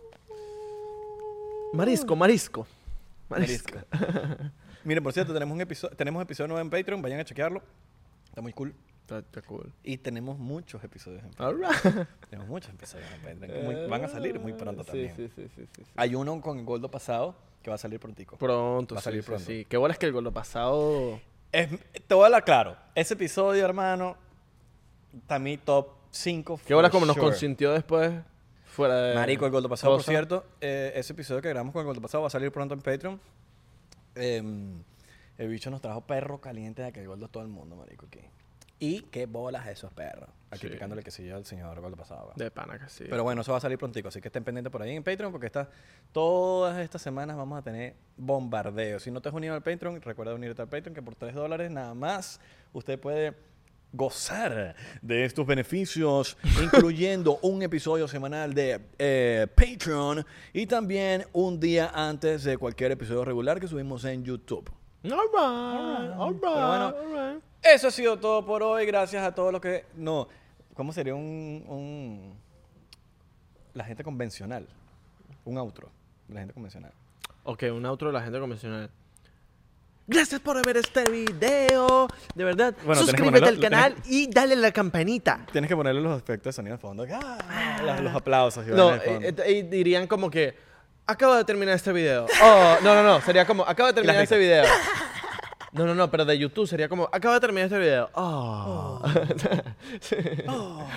[SPEAKER 2] Marisco, marisco. Marisco.
[SPEAKER 1] Marisco. Miren, por cierto, tenemos un episodio, tenemos episodio nuevo en Patreon. Vayan a chequearlo. Está muy cool.
[SPEAKER 2] Está, está cool.
[SPEAKER 1] Y tenemos muchos episodios en Patreon.
[SPEAKER 2] All right.
[SPEAKER 1] Tenemos muchos episodios en Patreon. Muy- van a salir muy pronto
[SPEAKER 2] Sí,
[SPEAKER 1] también.
[SPEAKER 2] Eh, Sí, sí, sí, sí, sí.
[SPEAKER 1] Hay uno con el Goldo pasado que va a salir prontico.
[SPEAKER 2] Pronto,
[SPEAKER 1] Va a
[SPEAKER 2] sí,
[SPEAKER 1] salir
[SPEAKER 2] sí,
[SPEAKER 1] pronto.
[SPEAKER 2] sí. Qué bola es que el gol lo pasado.
[SPEAKER 1] Es, te voy a hablar claro. Ese episodio, hermano, está mi top 5.
[SPEAKER 2] Qué bola como nos consintió después fuera de.
[SPEAKER 1] Marico, el Gordo Pasado, por
[SPEAKER 2] cosa.
[SPEAKER 1] cierto. eh, ese episodio que grabamos con el Gordo Pasado va a salir pronto en Patreon. Em, el bicho nos trajo perro caliente de que el Gordo es todo el mundo, marico, aquí. Y qué bolas esos perros. Aquí
[SPEAKER 2] Sí.
[SPEAKER 1] picándole que quesillo al señor Gordo Pasado. ¿va?
[SPEAKER 2] De pana que sí.
[SPEAKER 1] Pero bueno, eso va a salir prontico, así que estén pendientes por ahí en Patreon porque está, todas estas semanas vamos a tener bombardeo. Si no te has unido al Patreon, recuerda unirte al Patreon que por 3 dólares nada más usted puede gozar de estos beneficios, incluyendo un episodio semanal de eh, Patreon y también un día antes de cualquier episodio regular que subimos en YouTube.
[SPEAKER 2] All right, all right,
[SPEAKER 1] Pero bueno,
[SPEAKER 2] all right.
[SPEAKER 1] Eso ha sido todo por hoy. Gracias a todos los que. No, ¿cómo sería un. un- la gente convencional? Un outro. de La gente convencional.
[SPEAKER 2] Ok, un outro de la gente convencional. Gracias por ver este video. De verdad,
[SPEAKER 1] Bueno, tenés que
[SPEAKER 2] suscríbete
[SPEAKER 1] ponerlo-
[SPEAKER 2] al canal
[SPEAKER 1] tenés-
[SPEAKER 2] y dale a la campanita.
[SPEAKER 1] Tienes que ponerle los efectos de sonido al fondo. ¡Ah! Las- los aplausos. y
[SPEAKER 2] No,
[SPEAKER 1] vainas de fondo.
[SPEAKER 2] eh, eh, y dirían como que acabo de terminar este video. Oh, no, no, no, sería como acabo de terminar
[SPEAKER 1] las
[SPEAKER 2] este video. No, no, no, pero de YouTube sería como acabo de terminar este video. Oh. Sí.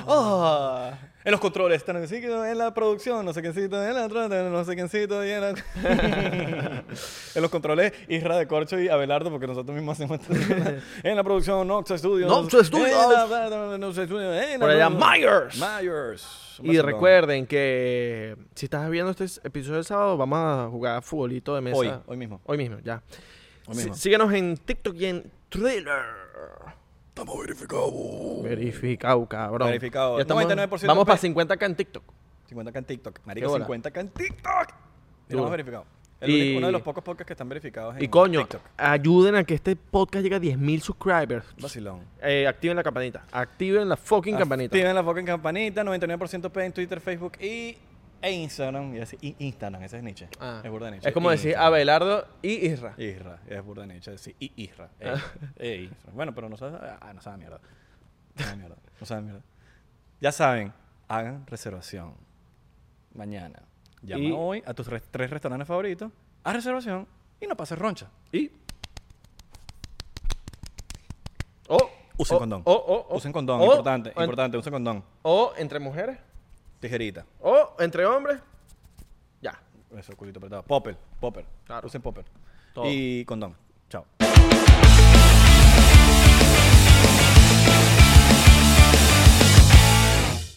[SPEAKER 2] Oh.
[SPEAKER 1] en los controles, tan necesito en la producción, no sé quiéncito, en la otra, tan no sé quiéncito, y en la... en los controles, Isra de Corcho y Abelardo, porque nosotros mismos hacemos esta- En la producción, Noxo Studios.
[SPEAKER 2] Noxo Studios.
[SPEAKER 1] En la- Noxo Studios, en la-
[SPEAKER 2] Por allá, Myers.
[SPEAKER 1] Myers.
[SPEAKER 2] Y recuerden que si estás viendo este episodio del sábado, vamos a jugar futbolito de mesa.
[SPEAKER 1] Hoy, hoy mismo.
[SPEAKER 2] Hoy mismo, ya.
[SPEAKER 1] Hoy
[SPEAKER 2] Sí-
[SPEAKER 1] mismo.
[SPEAKER 2] síguenos en TikTok y en Thriller.
[SPEAKER 1] Estamos verificados.
[SPEAKER 2] Verificado, cabrón.
[SPEAKER 1] Verificado.
[SPEAKER 2] Ya estamos-
[SPEAKER 1] 99%
[SPEAKER 2] Vamos
[SPEAKER 1] pe-
[SPEAKER 2] para 50k en TikTok.
[SPEAKER 1] 50k en TikTok.
[SPEAKER 2] Qué
[SPEAKER 1] Marico,
[SPEAKER 2] bola.
[SPEAKER 1] 50k en TikTok.
[SPEAKER 2] Duro.
[SPEAKER 1] Estamos verificados. El
[SPEAKER 2] Y-
[SPEAKER 1] único- uno de los pocos podcasts que están verificados en
[SPEAKER 2] Y coño,
[SPEAKER 1] TikTok.
[SPEAKER 2] ayuden a que este podcast llegue a 10.000 subscribers.
[SPEAKER 1] Vacilón.
[SPEAKER 2] Eh, activen la campanita. Activen la fucking campanita.
[SPEAKER 1] Tienen la fucking campanita, 99% P en Twitter, Facebook y e Instagram. Y así- y Instagram, ese es Nietzsche.
[SPEAKER 2] Ah.
[SPEAKER 1] Es burda de Nietzsche.
[SPEAKER 2] Es como decir
[SPEAKER 1] Instagram.
[SPEAKER 2] Abelardo y Isra.
[SPEAKER 1] Isra, es burda de Nietzsche. Sí, y Isra. Ey,
[SPEAKER 2] Ah.
[SPEAKER 1] ey, Isra. Bueno, pero no sabe, ah, no sabe mierda. No sabe mierda. No sabe mierda. Ya saben, hagan reservación. Mañana. Llama
[SPEAKER 2] Y-
[SPEAKER 1] hoy a tus re- tres restaurantes favoritos, haz reservación y no pases roncha.
[SPEAKER 2] Y. Oh,
[SPEAKER 1] Usen
[SPEAKER 2] oh,
[SPEAKER 1] condón.
[SPEAKER 2] Oh, oh, oh.
[SPEAKER 1] Usen condón,
[SPEAKER 2] Oh,
[SPEAKER 1] importante,
[SPEAKER 2] o en-
[SPEAKER 1] importante, usen condón.
[SPEAKER 2] O entre mujeres.
[SPEAKER 1] Tijerita.
[SPEAKER 2] O entre hombres. Ya.
[SPEAKER 1] Eso, culito apretado. Popper, popper.
[SPEAKER 2] Claro.
[SPEAKER 1] Usen popper.
[SPEAKER 2] Todo.
[SPEAKER 1] Y condón. Chao.